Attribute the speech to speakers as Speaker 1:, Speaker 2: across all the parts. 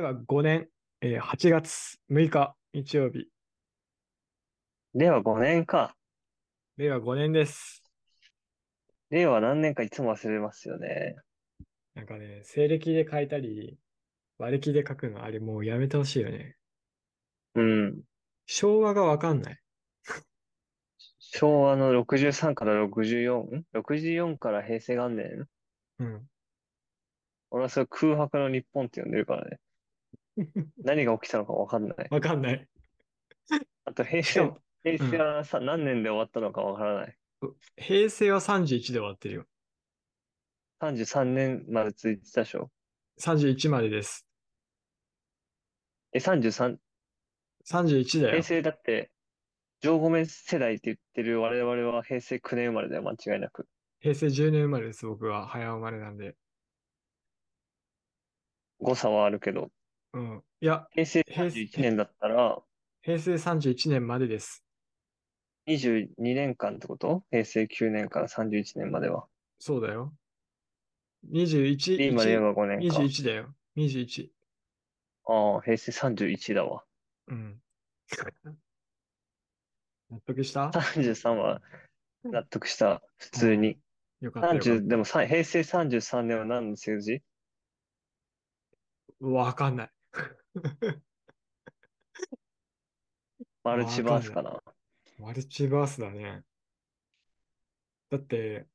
Speaker 1: は5年、えー8月6日日曜日、
Speaker 2: 令和5年か。
Speaker 1: 令和5年です。
Speaker 2: 令和何年かいつも忘れますよね。
Speaker 1: なんかね、西暦で書いたり、和暦で書くのあれもうやめてほしいよね。
Speaker 2: うん。
Speaker 1: 昭和がわかんない。
Speaker 2: 昭和の63から 64?64 から平成元年
Speaker 1: うん。
Speaker 2: 俺はそれ空白の日本って呼んでるからね。何が起きたのかわかんない。
Speaker 1: わかんない。
Speaker 2: あと平
Speaker 1: しか
Speaker 2: 成
Speaker 1: も、、
Speaker 2: 平成はさ、何年で終わったのかわからない。
Speaker 1: 平成は31で終わってるよ。
Speaker 2: 33年まで続いてたでしょ。
Speaker 1: 31までです。
Speaker 2: え、33、
Speaker 1: 31だ
Speaker 2: 平
Speaker 1: よ。
Speaker 2: 成だって、上後面世代って言ってる我々は平成9年生まれだよ、間違いなく。
Speaker 1: 平成10年生まれです、僕は。早生まれなんで。
Speaker 2: 誤差はあるけど。
Speaker 1: うん。いや、
Speaker 2: 平成
Speaker 1: 平成
Speaker 2: 31年だったら、
Speaker 1: 平成31年までです。
Speaker 2: 22年間ってこと平成9年から31年までは。
Speaker 1: そうだよ。21、
Speaker 2: で、今令和5年か。
Speaker 1: 21だよ。21。
Speaker 2: ああ、平成31だわ。
Speaker 1: うん。 納得した
Speaker 2: 33は納得した。普通に。
Speaker 1: よかったよかっ
Speaker 2: 30、でもさ平成33年は何の数字
Speaker 1: た。わかんない。
Speaker 2: マルチバースかな。
Speaker 1: マルチバースだね。だって、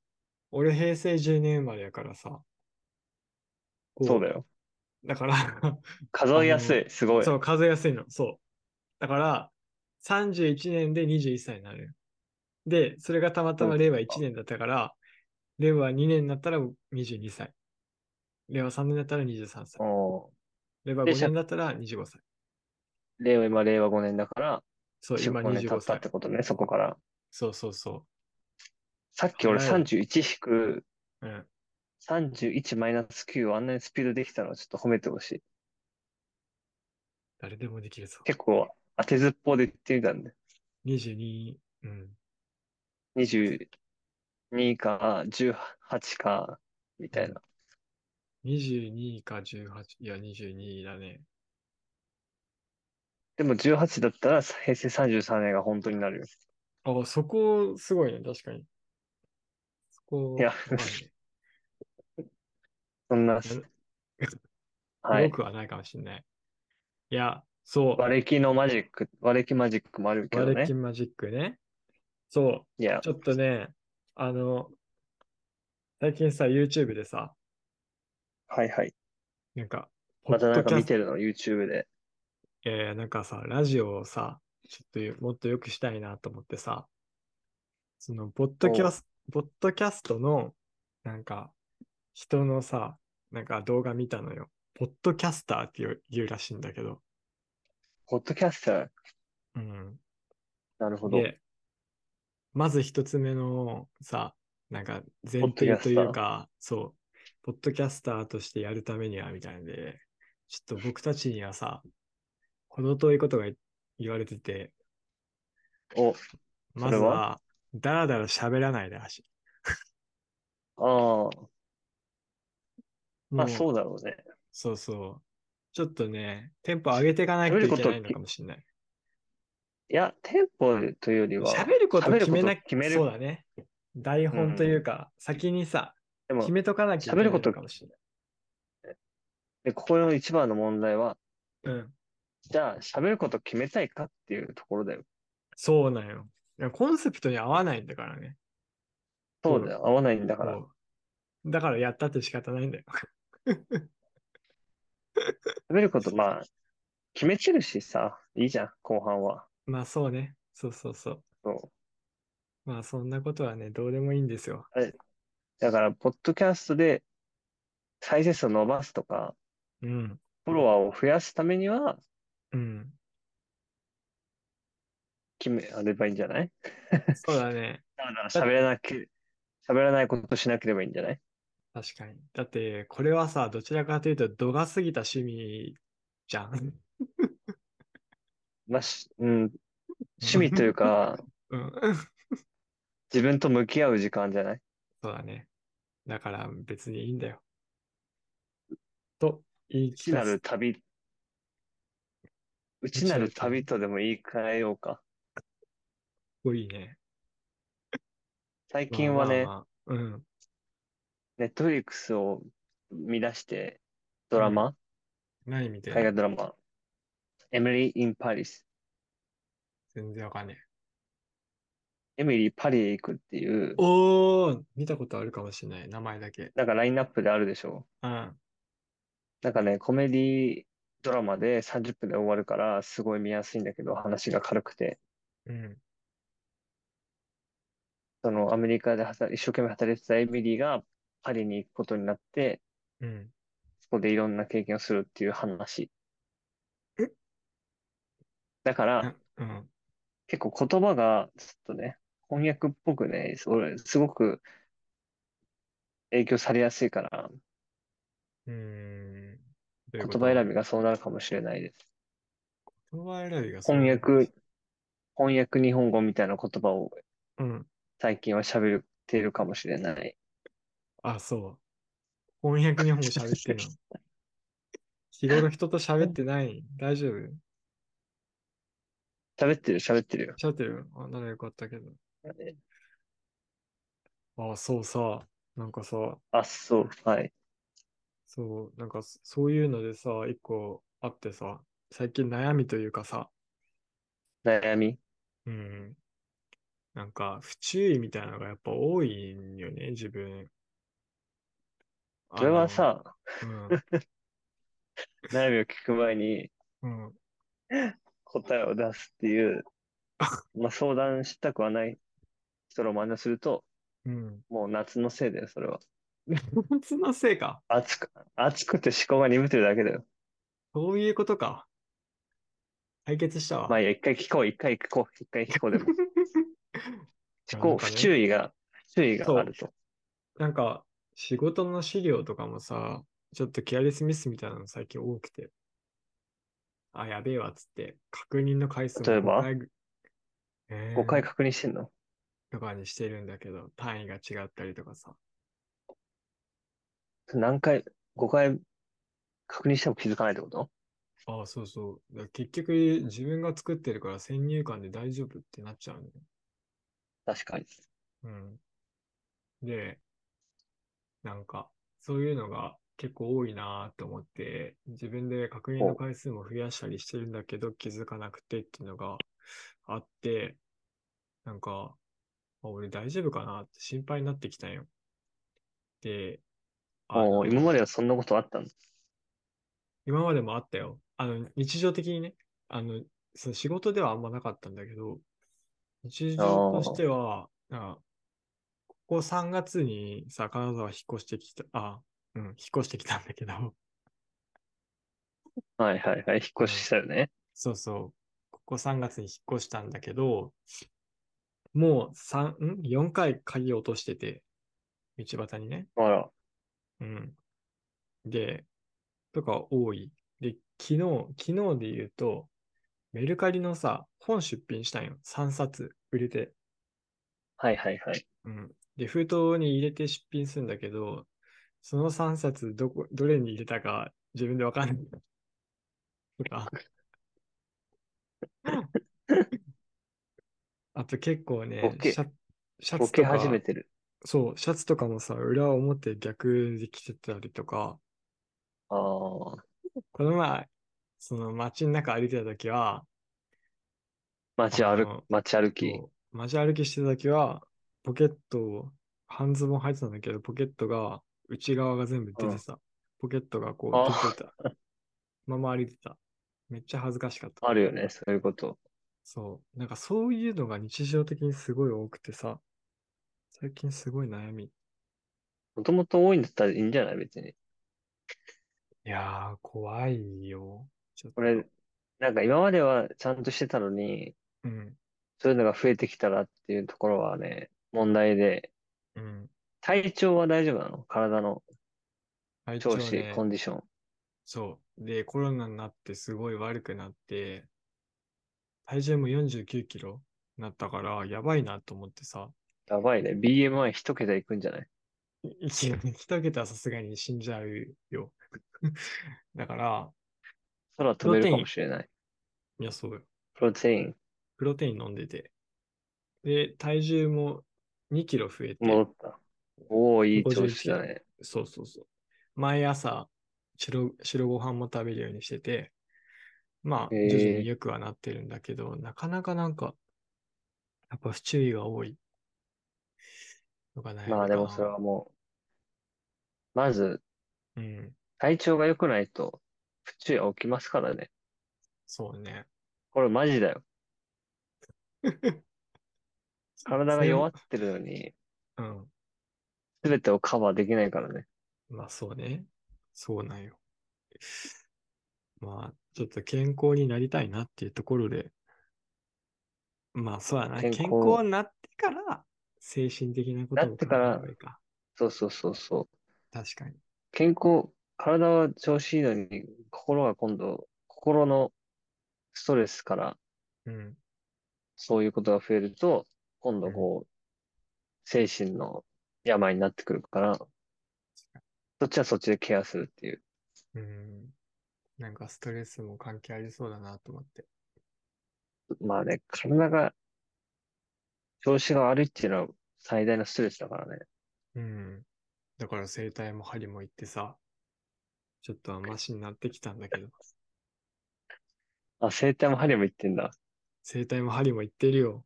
Speaker 1: 俺平成10年生まれやからさ。こ
Speaker 2: そうだよ。
Speaker 1: だから、
Speaker 2: 数えやすい。すごい。
Speaker 1: そう、数えやすいの。そう。だから、31年で21歳になるよ。で、それがたまたま令和1年だったから、令和2年になったら22歳。令和3年だったら23歳。
Speaker 2: お
Speaker 1: 令和5
Speaker 2: でしゃ
Speaker 1: 年だったら25歳。
Speaker 2: ー令和、今令和5年だから、
Speaker 1: そう、今
Speaker 2: 15年経
Speaker 1: 25
Speaker 2: ったっ
Speaker 1: 歳
Speaker 2: て。ことね、そこから。
Speaker 1: そうそうそ
Speaker 2: さっき俺
Speaker 1: 早い
Speaker 2: 31引く、
Speaker 1: う。うん。
Speaker 2: 31マイナス9をあんなにスピードできたのはちょっと褒めてほしい。
Speaker 1: 誰でもできるぞ。
Speaker 2: 結構当てずっぽうで言ってみたんで。
Speaker 1: 22、うん。
Speaker 2: 22か18か、みたいな。
Speaker 1: 22か18、いや、22だね。
Speaker 2: でも18だったら平成33年が本当になるよ。
Speaker 1: あ、そこ、すごいね、確かに。そこ、
Speaker 2: いや
Speaker 1: うま ね
Speaker 2: そんな、は
Speaker 1: 多
Speaker 2: い。
Speaker 1: くはないかもしれない。いや、そう。
Speaker 2: 和暦のマジック、和暦マジックもあるけ
Speaker 1: ワ
Speaker 2: ど
Speaker 1: レ
Speaker 2: ね
Speaker 1: キ。マジックね。そ
Speaker 2: いや
Speaker 1: う、、ちょっとね、あの、最近さ、YouTube でさ、
Speaker 2: はいはい。
Speaker 1: なんか、ポッ
Speaker 2: またな
Speaker 1: ド
Speaker 2: ん
Speaker 1: キ
Speaker 2: か
Speaker 1: ャ
Speaker 2: 見
Speaker 1: スト、
Speaker 2: てるの、YouTube で。
Speaker 1: えーなんかさ、ラジオをさ、ちょっとよもっと良くしたいなと思ってさ、その、ポッドキャスポッドキャストの、なんか、人のさ、なんか動画見たのよ。ポッドキャスターっていう言うらしいんだけど。
Speaker 2: ポッドキャスター。
Speaker 1: うん。
Speaker 2: なるほど。
Speaker 1: で、まず一つ目のさ、なんか前
Speaker 2: ポッドキ
Speaker 1: 提
Speaker 2: ャスター
Speaker 1: というか、そう、ポッドキャスターとしてやるためにはみたいなんで、ちょっと僕たちにはさ、程遠いことが言われてて、
Speaker 2: お、
Speaker 1: まず
Speaker 2: それ
Speaker 1: は、だらだら喋らないでほしい。
Speaker 2: ああ、ま
Speaker 1: も
Speaker 2: あ
Speaker 1: う
Speaker 2: そうだろうね。
Speaker 1: そうそう。ちょっとね、テンポ上げていかないといけないのかもしれない。
Speaker 2: いや、テンポというよりは、
Speaker 1: 喋ることを決めな
Speaker 2: 喋ることを決める
Speaker 1: そうだね。台本というか、先にさ、
Speaker 2: でも
Speaker 1: 決、めとかなきゃいけないのかもしれない。
Speaker 2: でここの一番の問題は、
Speaker 1: うん。
Speaker 2: じゃあ喋ること決めたいかっていうところだよ。
Speaker 1: そうなんよ。いやコンセプトに合わないんだからね。
Speaker 2: そうだよ。合わないんだから。
Speaker 1: もうだからやったって仕方ないんだよ。
Speaker 2: 喋ること、まあ、決めてるしさ、いいじゃん、後半は。
Speaker 1: まあそうね。そうそうそう。
Speaker 2: そう。
Speaker 1: まあそんなことはね、どうでもいいんですよ。
Speaker 2: だから、ポッドキャストで再生数を伸ばすとか、
Speaker 1: うん。
Speaker 2: フォロワーを増やすためには、
Speaker 1: うん。
Speaker 2: 決めあればいいんじゃない
Speaker 1: そうだね。
Speaker 2: だから喋らなき、喋らないことしなければいいんじゃない
Speaker 1: 確かに。だって、これはさ、どちらかというと、度が過ぎた趣味じゃん。
Speaker 2: まあ、しうん、趣味というか、
Speaker 1: うん。
Speaker 2: 自分と向き合う時間じゃない
Speaker 1: そうだね。だから別にいいんだよ。と言い
Speaker 2: 父
Speaker 1: 聞
Speaker 2: な
Speaker 1: かせ
Speaker 2: る旅、内なる旅とでも言い換えようか。
Speaker 1: こいいね。
Speaker 2: 最近はね、
Speaker 1: まあまあまあうん。
Speaker 2: ネットフリックスを見出して、ドラマ、
Speaker 1: 何見て
Speaker 2: 海
Speaker 1: る
Speaker 2: 外ドラマ、エミリー・イン・パリス、
Speaker 1: 全然わかんねえ。
Speaker 2: エミリー・パリへ行くっていう、
Speaker 1: おー、見たことあるかもしれない。名前だけ。
Speaker 2: なんかラインナップであるでしょ。
Speaker 1: うん。
Speaker 2: なんかね、コメディドラマで30分で終わるから、すごい見やすいんだけど、話が軽くて、
Speaker 1: うん。
Speaker 2: そのアメリカで働一生懸命働いてたエミリーがパリに行くことになって、
Speaker 1: うん。
Speaker 2: そこでいろんな経験をするっていう話
Speaker 1: え。
Speaker 2: だから、
Speaker 1: なうん。
Speaker 2: 結構言葉がちょっとね、翻訳っぽくね、俺、すごく影響されやすいから、
Speaker 1: うーん。どうい
Speaker 2: 言
Speaker 1: うこと
Speaker 2: 葉選びがそうなるかもしれないです。
Speaker 1: 言葉選びがそう
Speaker 2: 翻
Speaker 1: なんだ
Speaker 2: 訳、翻訳日本語みたいな言葉を
Speaker 1: うん。
Speaker 2: 最近は喋っているかもしれない。
Speaker 1: あ、そう。翻訳日本語喋ってるの。日頃人と喋ってない。大丈夫
Speaker 2: 喋ってる、喋ってるよ。
Speaker 1: 喋ってるあ、ならよかったけど。あ、そうさ。なんかさ、
Speaker 2: あ、そう、はい。
Speaker 1: そう、なんかそそういうのでさ、一個あってさ、最近悩みというかさ、
Speaker 2: 悩み。
Speaker 1: うん、なんか不注意みたいなのがやっぱ多いんよね、自分。
Speaker 2: それは
Speaker 1: あ
Speaker 2: さ、
Speaker 1: の、
Speaker 2: 悩みを聞く前に
Speaker 1: うん、うん、
Speaker 2: 答えを出すっ ていう、まあ、相談したくはない人の真似をすると、
Speaker 1: うん。
Speaker 2: もう夏のせいだよ、それは。
Speaker 1: 夏のせいか。
Speaker 2: 暑く、暑くて思考が鈍ってるだけだよ。
Speaker 1: そういうことか。解決したわ。
Speaker 2: まあいいや、一回聞こう、一回聞こう、一回聞 こうでも。思
Speaker 1: な
Speaker 2: 考、
Speaker 1: んかね
Speaker 2: 不注意が、不注意があると。
Speaker 1: なんか、仕事の資料とかもさ、ちょっとケアレスミスみたいなの最近多くて、あ、やべえわっつって、確認の回数も
Speaker 2: 例えば
Speaker 1: 5回ぐ、えー
Speaker 2: 5回確認してんの
Speaker 1: とかにしてるんだけど、単位が違ったりとかさ。
Speaker 2: 何回、5回確認しても気づかないってこと
Speaker 1: ああ、そうそう。だから結局、自分が作ってるから先入観で大丈夫ってなっちゃうね。
Speaker 2: 確かに。
Speaker 1: うん。で、なんか、そういうのが結構多いなと思って、自分で確認の回数も増やしたりしてるんだけど、気づかなくてっていうのがあって、なんか、あ俺大丈夫かなって心配になってきたんよ。で、あ
Speaker 2: お
Speaker 1: の
Speaker 2: お、今まではそんなことあったの
Speaker 1: 今までもあったよ。あの、日常的にね、あの、その仕事ではあんまなかったんだけど、日常としては、あここ3月にさ、金沢引っ越してきた、あ、うん、引っ越してきたんだけど、
Speaker 2: はいはいはい、引っ越ししたよね。
Speaker 1: そうそう、ここ3月に引っ越したんだけど、もう三ん ?4 回鍵落としてて、道端にね。
Speaker 2: あら、
Speaker 1: うん。で、とか多い。で、昨日、昨日で言うと、メルカリのさ、本出品したんよ。3冊売れて。
Speaker 2: はいはいはい。
Speaker 1: うん。で、封筒に入れて出品するんだけど、その3冊どこ、どれに入れたか自分でわかんない。 とか。 あと結構ね
Speaker 2: ボ、ケ
Speaker 1: シャシャ
Speaker 2: ボ
Speaker 1: ツと
Speaker 2: ケ
Speaker 1: か、
Speaker 2: 始めてる。
Speaker 1: そう、シャツとかもさ、裏表逆で着てたりとか、
Speaker 2: ああ、
Speaker 1: この前、その街の中歩いてた時は、
Speaker 2: 街
Speaker 1: あ
Speaker 2: 歩
Speaker 1: の、
Speaker 2: 街歩き。
Speaker 1: こう街歩きしてた時は、ポケット、半ズボン入ってたんだけど、ポケットが、内側が全部出てた。ポケットがこう出てた。まま歩いてた。めっちゃ恥ずかしかった。
Speaker 2: あるよね、そういうこと。
Speaker 1: そう。なんかそういうのが日常的にすごい多くてさ、最近すごい悩み。い
Speaker 2: もともと多いんだったらいいんじゃない別に。
Speaker 1: やー、怖いよ。ちょっと。
Speaker 2: 俺、なんか今まではちゃんとしてたのに、
Speaker 1: うん。
Speaker 2: そういうのが増えてきたらっていうところはね、問題で、
Speaker 1: うん。
Speaker 2: 体調は大丈夫なの体の
Speaker 1: 体調
Speaker 2: 調子、
Speaker 1: ね
Speaker 2: コ。ンディション。
Speaker 1: そう。で、コロナになってすごい悪くなって、体重も49キロになったから、やばいなと思ってさ、
Speaker 2: やばいね。BMI 一桁いくんじゃない
Speaker 1: い一桁はさすがに死んじゃ うよ。だから、
Speaker 2: 空飛べるかもしれない。
Speaker 1: いや、そうよ。
Speaker 2: プロテイン
Speaker 1: プロテイン飲んでて。で、体重も2キロ増えて、
Speaker 2: 戻った。おお、いい調子だね。
Speaker 1: そうそうそう。毎朝白、白ご飯も食べるようにしてて、まあ、
Speaker 2: へえ
Speaker 1: 徐々に良くはなってるんだけど、なかなかなんか、やっぱ不注意が多いのが悩み
Speaker 2: まあでも
Speaker 1: かな
Speaker 2: それはもう、まず
Speaker 1: うん、
Speaker 2: 体調が良くないと不注意は起きますからね。
Speaker 1: そうね。
Speaker 2: これマジだよ。 体が弱ってるのに
Speaker 1: うん。
Speaker 2: 全てをカバーできないからね。
Speaker 1: まあそうね。そうなんよ。まあ、ちょっと健康になりたいなっていうところで、まあそうやな。
Speaker 2: 健
Speaker 1: 健
Speaker 2: 康
Speaker 1: 康になってから、精神的なこと
Speaker 2: な
Speaker 1: も
Speaker 2: ってから
Speaker 1: 考えればいいか。
Speaker 2: そうそうそうそう。
Speaker 1: 確かに。
Speaker 2: 健康、体は調子いいのに、心が今度、心のストレスから
Speaker 1: うん。
Speaker 2: そういうことが増えると、今度こう、精神の病になってくるから、そっちはそっちでケアするっていう。
Speaker 1: うん。なんかストレスも関係ありそうだなと思って。
Speaker 2: まあね、体が、調子が悪いっていうのは最大のストレスだからね。
Speaker 1: うん。だから整体も針も行ってさ、ちょっとはマシになってきたんだけど、
Speaker 2: あ、整体も針も行ってんだ。
Speaker 1: 整体も針も行ってるよ。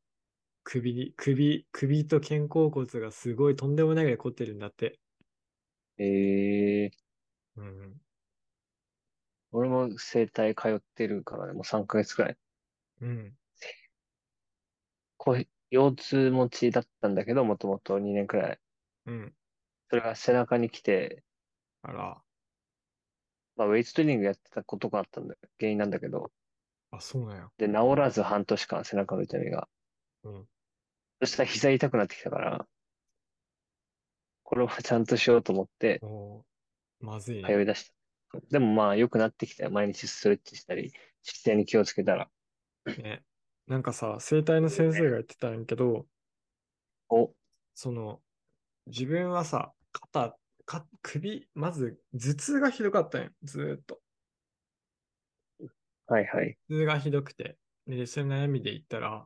Speaker 1: 首に、首、首と肩甲骨がすごいとんでもないぐらい凝ってるんだって。
Speaker 2: ええ
Speaker 1: うん。
Speaker 2: 俺も整体通ってるからね、もう3ヶ月くらい。
Speaker 1: うん。
Speaker 2: こう、腰痛持ちだったんだけど、もともと2年くらい。
Speaker 1: うん。
Speaker 2: それが背中に来て、
Speaker 1: あら、
Speaker 2: まあ、ウェイトトレーニングやってたことがあったんだ、原因なんだけど、
Speaker 1: あ、そうなんや。
Speaker 2: で、治らず半年間背中の痛みが。
Speaker 1: うん。
Speaker 2: そしたら膝痛くなってきたから、これはちゃんとしようと思って
Speaker 1: おーまずい
Speaker 2: 通
Speaker 1: ね。
Speaker 2: い出した。でもまあ良くなってきたよ。毎日ストレッチしたり、姿勢に気をつけたら。
Speaker 1: ね。なんかさ、整体の先生が言ってたんやけど、
Speaker 2: お、
Speaker 1: その、自分はさ、肩、か首、まず頭痛がひどかったんや。ずーっと。
Speaker 2: はいはい。
Speaker 1: 頭痛がひどくて。で、そういう悩みで言ったら、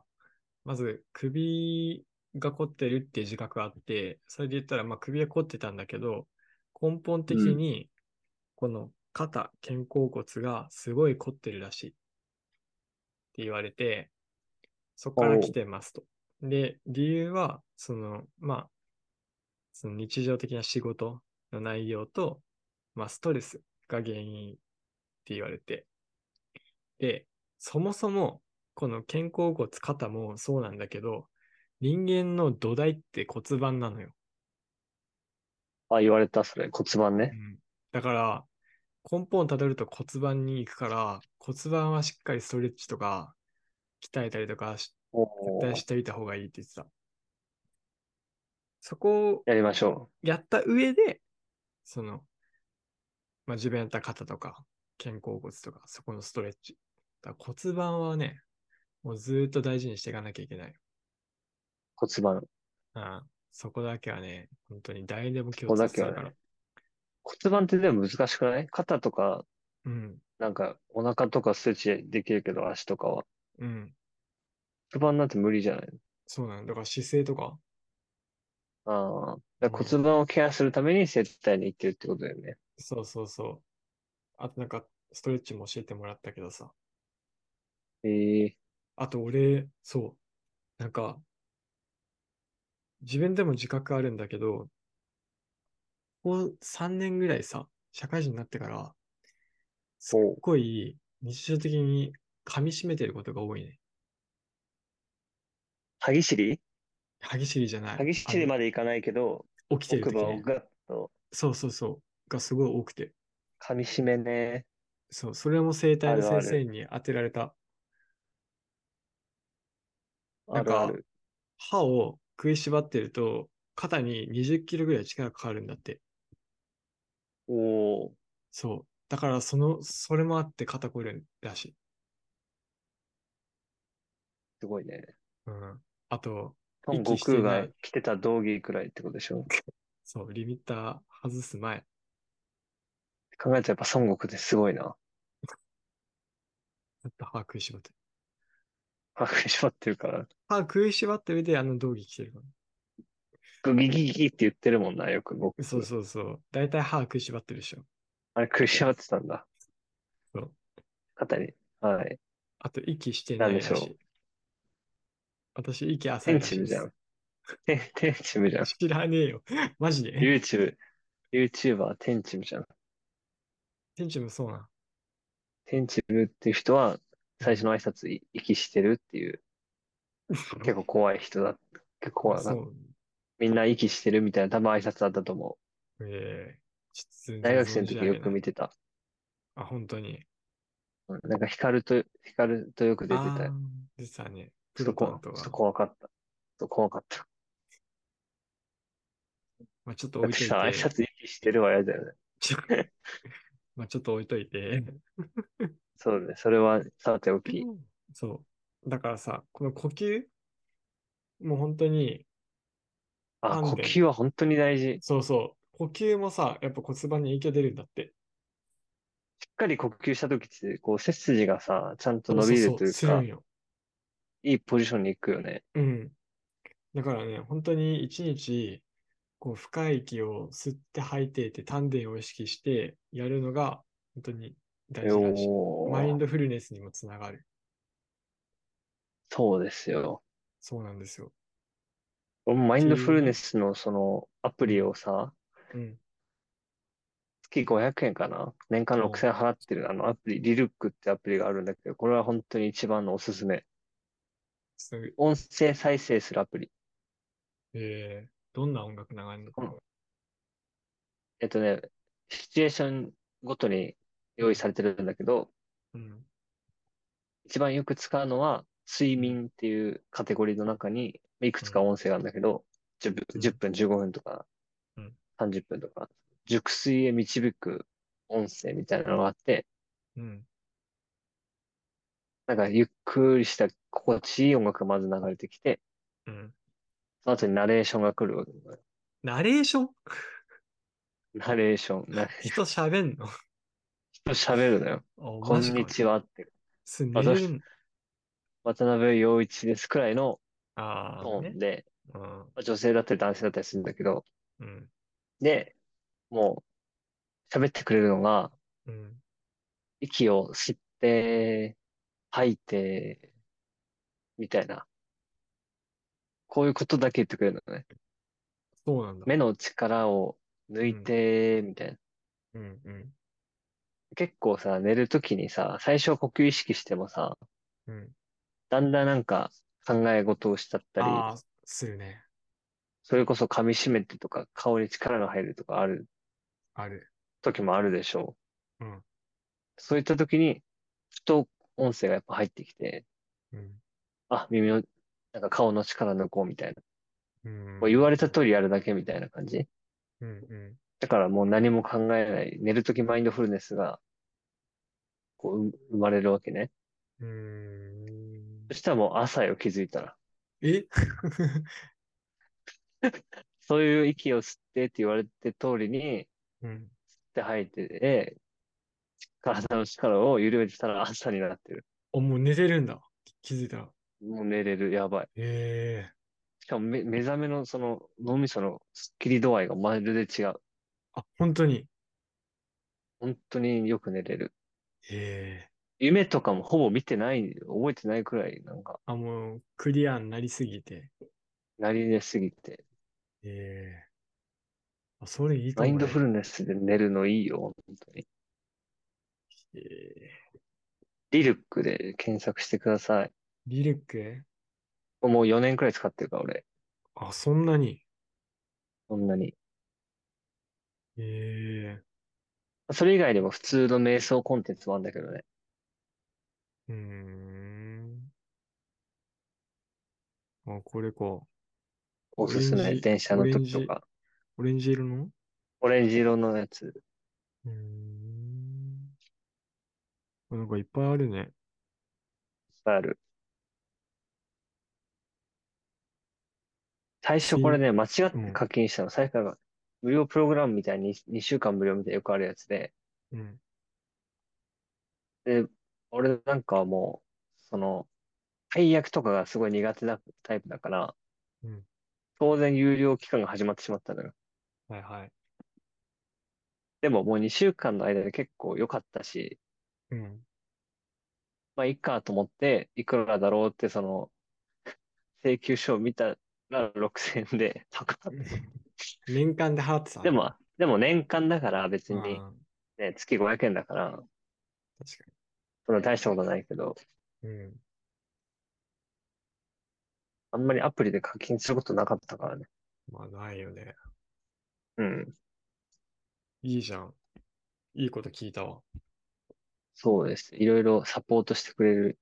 Speaker 1: まず首が凝ってるっていう自覚があって、それで言ったら、まあ首は凝ってたんだけど、根本的に、この肩、肩甲骨がすごい凝ってるらしい。って言われて、そこから来てますと。で、理由は、その、まあ、その日常的な仕事の内容と、まあ、ストレスが原因って言われて。で、そもそも、この肩甲骨、肩もそうなんだけど、人間の土台って骨盤なのよ。
Speaker 2: あ、言われた、それ。骨盤ね。
Speaker 1: だから、根本をたどると骨盤に行くから、骨盤はしっかりストレッチとか、鍛えたりとかし、絶
Speaker 2: お
Speaker 1: 対
Speaker 2: ー
Speaker 1: しておいた方がいいって言ってた。そこを
Speaker 2: やりましょ
Speaker 1: やった上で、その、まあ、自分やった肩とか、肩甲骨とか、そこのストレッチ。だから骨盤はね、もうずーっと大事にしていかなきゃいけない。
Speaker 2: う。骨盤。
Speaker 1: ああそこだけはね、本当に誰でも気
Speaker 2: そ
Speaker 1: を
Speaker 2: こだ
Speaker 1: つけ
Speaker 2: け
Speaker 1: て
Speaker 2: は
Speaker 1: るか
Speaker 2: ね
Speaker 1: ら。
Speaker 2: 骨盤ってでも難しくない肩とか、
Speaker 1: うん、
Speaker 2: なんかお腹とかストレッチできるけど、足とかは。
Speaker 1: うん。
Speaker 2: 骨盤なんて無理じゃない
Speaker 1: そうなんだ。だから姿勢とか、
Speaker 2: ああ、だから骨盤をケアするために整体に行ってるってことだよね。
Speaker 1: そうそうそう。あとなんか、ストレッチも教えてもらったけどさ。
Speaker 2: ええ
Speaker 1: あと俺、そう。なんか、自分でも自覚あるんだけど、こう3年ぐらいさ、社会人になってから、すっ
Speaker 2: おう
Speaker 1: ごい日常的に噛み締めてることが多いね。
Speaker 2: 歯ぎしり
Speaker 1: 歯ぎしりじゃない。
Speaker 2: 歯ぎしり
Speaker 1: あ
Speaker 2: までいかないけど、
Speaker 1: の起きてる
Speaker 2: 奥
Speaker 1: 時
Speaker 2: 歯を
Speaker 1: ね。
Speaker 2: ガッと
Speaker 1: そうそうそう。がすごい多くて。
Speaker 2: 噛み締めね。
Speaker 1: そう、それも生体の
Speaker 2: あるある
Speaker 1: 先生に当てられた。な
Speaker 2: あ
Speaker 1: ん
Speaker 2: る
Speaker 1: か
Speaker 2: ある。
Speaker 1: 歯を食いしばってると、肩に20キロぐらい力かかるんだって。
Speaker 2: おお。
Speaker 1: そう。だから、その、それもあって肩こるらしい。
Speaker 2: すごいね。
Speaker 1: うん。あと、
Speaker 2: 孫
Speaker 1: 息
Speaker 2: 悟
Speaker 1: して
Speaker 2: 空
Speaker 1: ない
Speaker 2: が着てた道着くらいってことでしょ。
Speaker 1: そう、リミッター外す前。
Speaker 2: 考えたらやっぱ孫悟空ってすごいな。
Speaker 1: ずっと歯食いしばってる。
Speaker 2: 歯食いしばってるから、
Speaker 1: 歯食いしばって上であの道着着てるか
Speaker 2: グギギギギって言ってるもんな、よく僕。
Speaker 1: ら。そうそうそう。だいたい歯食いしばってるでしょ。
Speaker 2: あれ食いしばってたんだ
Speaker 1: そう。
Speaker 2: 肩に。はい。
Speaker 1: あと、息してないらし
Speaker 2: なんでしょ
Speaker 1: い。私、息浅い
Speaker 2: 天
Speaker 1: らしい
Speaker 2: チ
Speaker 1: で
Speaker 2: ブ
Speaker 1: す
Speaker 2: じゃん。天天チブじゃん。
Speaker 1: 知らねえよ。 マジで。
Speaker 2: YouTube、YouTuber 天チブじゃん。
Speaker 1: 天地もそうなん。
Speaker 2: 天チブっていう人は、最初の挨拶、い息してるっていう、結構怖い人だ。結構怖い
Speaker 1: そ
Speaker 2: な。
Speaker 1: う。
Speaker 2: みんな息してるみたいな、多分挨拶だったと思う。
Speaker 1: ええ
Speaker 2: 大学生の時よく見てた。
Speaker 1: あ、本当に。
Speaker 2: うんなんか光と、光とよく出てた
Speaker 1: あー
Speaker 2: よ。
Speaker 1: 実はね、
Speaker 2: ち
Speaker 1: プ
Speaker 2: ょっと
Speaker 1: ロ
Speaker 2: こ
Speaker 1: 担当
Speaker 2: ちょっ
Speaker 1: は。
Speaker 2: と怖かった。ちょっと怖かった。
Speaker 1: まあ、ちょっと
Speaker 2: だ
Speaker 1: 置い
Speaker 2: って
Speaker 1: とい
Speaker 2: さ、挨
Speaker 1: て。
Speaker 2: 拶息してるは嫌だよね。
Speaker 1: ち ょまあ、ちょっと置いといて。
Speaker 2: そうね。それはさておき。
Speaker 1: そう。だからさ、この呼吸もう本当に、
Speaker 2: あ、
Speaker 1: 丹田
Speaker 2: 呼吸は本当に大事。し
Speaker 1: そうそう。呼吸もさ、やっぱ骨盤に影響出るんだって。
Speaker 2: っかり呼吸した時って、こう背筋がさ、ちゃんと伸
Speaker 1: そう
Speaker 2: び
Speaker 1: そうそ、
Speaker 2: るというう
Speaker 1: する
Speaker 2: か
Speaker 1: ん、よ。
Speaker 2: いいポジションに行くよね。
Speaker 1: うん。だからね、本当に一日、こう、深い息を吸って吐いてって丹田を意識してやるのが、本当に大事らしい。
Speaker 2: お
Speaker 1: マイン
Speaker 2: ー
Speaker 1: ドフルネスにもつながる。
Speaker 2: そうですよ。
Speaker 1: そうなんですよ。
Speaker 2: 俺もマインドフルネスのそのアプリをさ、
Speaker 1: うん。
Speaker 2: 月500円かな年間6000円払ってるあのアプリ、リルックってアプリがあるんだけど、これは本当に一番のおすすめ。
Speaker 1: すごい
Speaker 2: 音声再生するアプリ。
Speaker 1: えー、どんな音楽流れるのかな、
Speaker 2: えっとね、シチュエーションごとに用意されてるんだけど、
Speaker 1: うん、
Speaker 2: 一番よく使うのは、睡眠っていうカテゴリーの中に、いくつか音声があるんだけど、10分、
Speaker 1: うん
Speaker 2: 10分15分とか
Speaker 1: うん、
Speaker 2: 30分とか、熟睡へ導く音声みたいなのがあって、
Speaker 1: うん。
Speaker 2: なんかゆっくりした心地いい音楽がまず流れてきて、
Speaker 1: うん。
Speaker 2: その後にナレーションが来るわけだよ。
Speaker 1: ナレーション
Speaker 2: ナレーション、ナレーシ
Speaker 1: 人喋んの あ
Speaker 2: ョン喋るのよ。、こ
Speaker 1: マ
Speaker 2: ん
Speaker 1: ジか
Speaker 2: に。ちはって、
Speaker 1: す寝れるん
Speaker 2: 渡辺陽一ですくらいの
Speaker 1: あ
Speaker 2: ト
Speaker 1: あ、
Speaker 2: ー
Speaker 1: ね
Speaker 2: ン。で、
Speaker 1: うん。
Speaker 2: 女性だったり男性だったりするんだけど、
Speaker 1: うん。
Speaker 2: で、もう喋ってくれるのが、
Speaker 1: うん。
Speaker 2: 息を吸って、吐いて、みたいな。こういうことだけ言ってくれるのね。
Speaker 1: そうなんだ。
Speaker 2: 目の力を抜いて、みたいな。
Speaker 1: うんうん。
Speaker 2: 結構さ、寝るときにさ、最初は呼吸意識してもさ、
Speaker 1: うん。
Speaker 2: だんだんなんか考え事をしちゃったり、
Speaker 1: ああ、するね。
Speaker 2: それこそ噛み締めてとか、顔に力が入るとかある
Speaker 1: ある。
Speaker 2: 時もあるでしょう。
Speaker 1: うん
Speaker 2: そういった時に、ふと音声がやっぱ入ってきて、
Speaker 1: うん。
Speaker 2: あ、耳の、なんか顔の力抜こうみたいな。
Speaker 1: うん。
Speaker 2: もう言われた通りやるだけみたいな感じ。
Speaker 1: うんうん。
Speaker 2: だからもう何も考えない。寝るときマインドフルネスが、こう、う生まれるわけね。
Speaker 1: うーん
Speaker 2: そしたらもう朝よ、気づいたら。
Speaker 1: え
Speaker 2: そういう息を吸ってって言われて通りに、吸
Speaker 1: う
Speaker 2: っ
Speaker 1: ん。
Speaker 2: て吐いて、え体の力を緩めてたら朝になってる。
Speaker 1: あ、もう寝れるんだ。気づいたら。
Speaker 2: もう寝れる。やばい。
Speaker 1: ええ
Speaker 2: しかも目、目覚めのその脳みそのスッキリ度合いがまるで違う。
Speaker 1: あ、本当に。
Speaker 2: 本当によく寝れる。
Speaker 1: ええ
Speaker 2: 夢とかもほぼ見てない、覚えてないくらい、なんか、
Speaker 1: あ、もうクリアになりすぎて。
Speaker 2: なり寝すぎて。
Speaker 1: ええあ、それいいか
Speaker 2: マ
Speaker 1: も、ね。
Speaker 2: インドフルネスで寝るのいいよ、本当に。
Speaker 1: ええ
Speaker 2: リルックで検索してください。
Speaker 1: リルック
Speaker 2: もう4年くらい使ってるから、俺。
Speaker 1: あ、そんなに。
Speaker 2: そんなに。
Speaker 1: ええ
Speaker 2: それ以外でも普通の瞑想コンテンツもあるんだけどね。
Speaker 1: うーん。あ、これか。
Speaker 2: おすす
Speaker 1: オレン
Speaker 2: め。
Speaker 1: ジ
Speaker 2: 電車の時とか。
Speaker 1: オレンジ色の
Speaker 2: オレンジ色のやつ。
Speaker 1: うーん。あなんかいっぱいあるね。
Speaker 2: ある。最初これね、間違って課金したの。最初から無料プログラムみたいに2週間無料みたいなよくあるやつで。
Speaker 1: うん。
Speaker 2: で、俺なんかはもう、その、解約とかがすごい苦手なタイプだから、
Speaker 1: うん。
Speaker 2: 当然有料期間が始まってしまったのよ。
Speaker 1: はいはい。
Speaker 2: でももう2週間の間で結構良かったし、
Speaker 1: うん。
Speaker 2: まあいいかと思って、いくらだろうってその、請求書を見たら6000円で高かっ た。
Speaker 1: 年間で払ってた
Speaker 2: で
Speaker 1: の
Speaker 2: も、でも年間だから別
Speaker 1: うん、
Speaker 2: に、ね、月500円だから、
Speaker 1: 確か
Speaker 2: そんな大したことないけど、
Speaker 1: に。うん。
Speaker 2: あんまりアプリで課金することなかったからね。
Speaker 1: まあ、ないよね。
Speaker 2: うん。
Speaker 1: いいじゃん。いいこと聞いたわ。
Speaker 2: そうです。いろいろサポートしてくれる。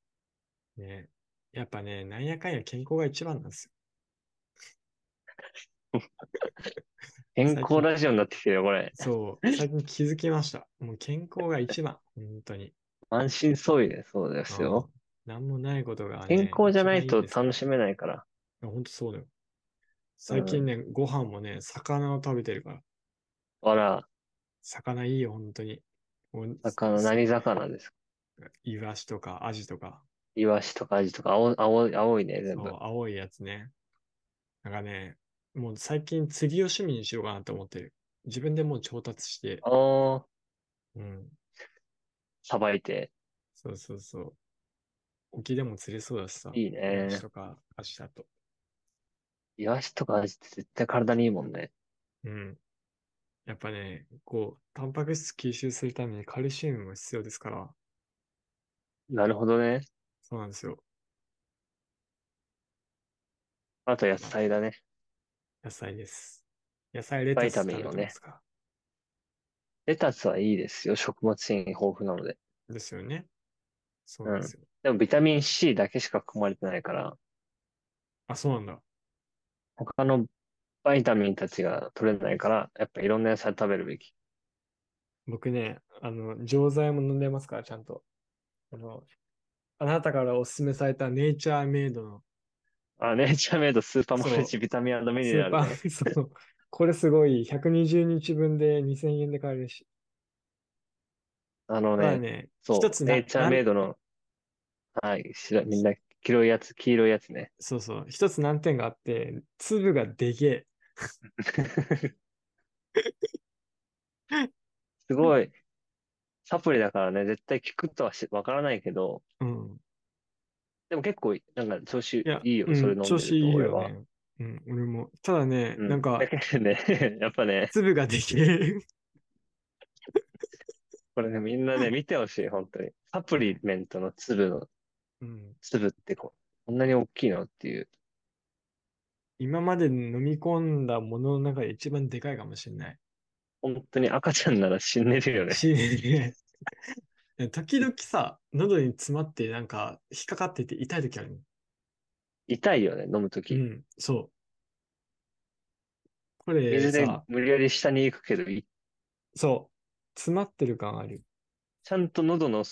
Speaker 1: ね。やっぱね、なんやかんや健康が一番なんですよ。
Speaker 2: 健康ラジオになってきてるよ、これ。
Speaker 1: そう、 最近気づきました。もう健康が一番、本当に。
Speaker 2: 満身創痍で、そうですよ。
Speaker 1: うん。なんもないことが、ね、
Speaker 2: 健康じゃないと
Speaker 1: 一番
Speaker 2: 楽しめないから。
Speaker 1: いんですよいや本当そうだよ。最近ね、ご飯もね、魚を食べてるから。
Speaker 2: あら、
Speaker 1: 魚いいよ、本当に。もう
Speaker 2: 魚、何魚ですか
Speaker 1: イワシとかアジとか、
Speaker 2: イワシとかアジとか、青、青い、青いね、全
Speaker 1: そう
Speaker 2: 部。
Speaker 1: 青いやつね。なんかね、もう最近釣りを趣味にしようかなと思ってる。自分でもう調達して、
Speaker 2: ああ、
Speaker 1: うん。
Speaker 2: さばいて。
Speaker 1: そうそうそう。沖でも釣れそうだしさ。
Speaker 2: いい
Speaker 1: イ
Speaker 2: ね
Speaker 1: ワシ。とかアジだと。
Speaker 2: イワシとかアジって絶対体にいいもんね。
Speaker 1: うん。やっぱね、こう、タンパク質吸収するためにカルシウムも必要ですから、
Speaker 2: なるほどね。
Speaker 1: そうなんですよ。
Speaker 2: あと野菜だね。
Speaker 1: 野菜です。野菜レタス
Speaker 2: バイタ
Speaker 1: 食
Speaker 2: ミン
Speaker 1: べて
Speaker 2: をね
Speaker 1: ますか
Speaker 2: レタスはいいですよ。食物繊維豊富なので。
Speaker 1: らですよね。そうなんですよ。
Speaker 2: でもビタミン C だけしか含まれてないから、
Speaker 1: あ、そうなんだ。
Speaker 2: 他のバイタミンたちが取れないから、やっぱいろんな野菜食べるべき。
Speaker 1: 僕ね、あの、錠剤も飲んでますから、ちゃんと。あの、あなたからお勧めされたネイチャーメイドの
Speaker 2: あ、ネイチャーメイドスーパーマルチビタミンミ
Speaker 1: ス
Speaker 2: ネラ
Speaker 1: ーパ
Speaker 2: ル、ね。
Speaker 1: ー、 そう、これすごい、120日分で2000円で買えるし。
Speaker 2: あの
Speaker 1: まあ
Speaker 2: ね、
Speaker 1: ね、
Speaker 2: そう、
Speaker 1: 一つな
Speaker 2: ネイチャーメイドの、はい、しら、みんな、黄色いやつ、黄色いやつね。
Speaker 1: そうそう、一つ難点があって、粒がでけえ。
Speaker 2: すごい、サプリだからね、絶対効くとはし、わからないけど、
Speaker 1: うん。
Speaker 2: でも結構、なんか調子い
Speaker 1: いや、
Speaker 2: いよ、
Speaker 1: うん
Speaker 2: それ飲んでる
Speaker 1: 調
Speaker 2: と、
Speaker 1: 子いい
Speaker 2: 俺
Speaker 1: よ
Speaker 2: は。
Speaker 1: ね。うん、俺も。ただね、
Speaker 2: うん
Speaker 1: なん か
Speaker 2: だ、けどね、やっぱね、
Speaker 1: 粒ができる。
Speaker 2: これね、みん なね、見てほしい、本当に。サプリメントの粒の、
Speaker 1: うん、
Speaker 2: 粒ってこう、こんなに大きいのっていう。
Speaker 1: 今まで飲み込んだものの中で一番でかいかもしれ ない。
Speaker 2: 本当に赤ちゃんなら死んでる よね。
Speaker 1: し、時々さ、喉に詰まって、なんか、引っかかってて痛い時あるの。
Speaker 2: 痛いよね、飲むと
Speaker 1: う
Speaker 2: き。
Speaker 1: ん、そう。これ
Speaker 2: 水で
Speaker 1: さ、
Speaker 2: 無理やり下に行くけど、い
Speaker 1: そう。詰まってる感ある。
Speaker 2: ちゃんと喉の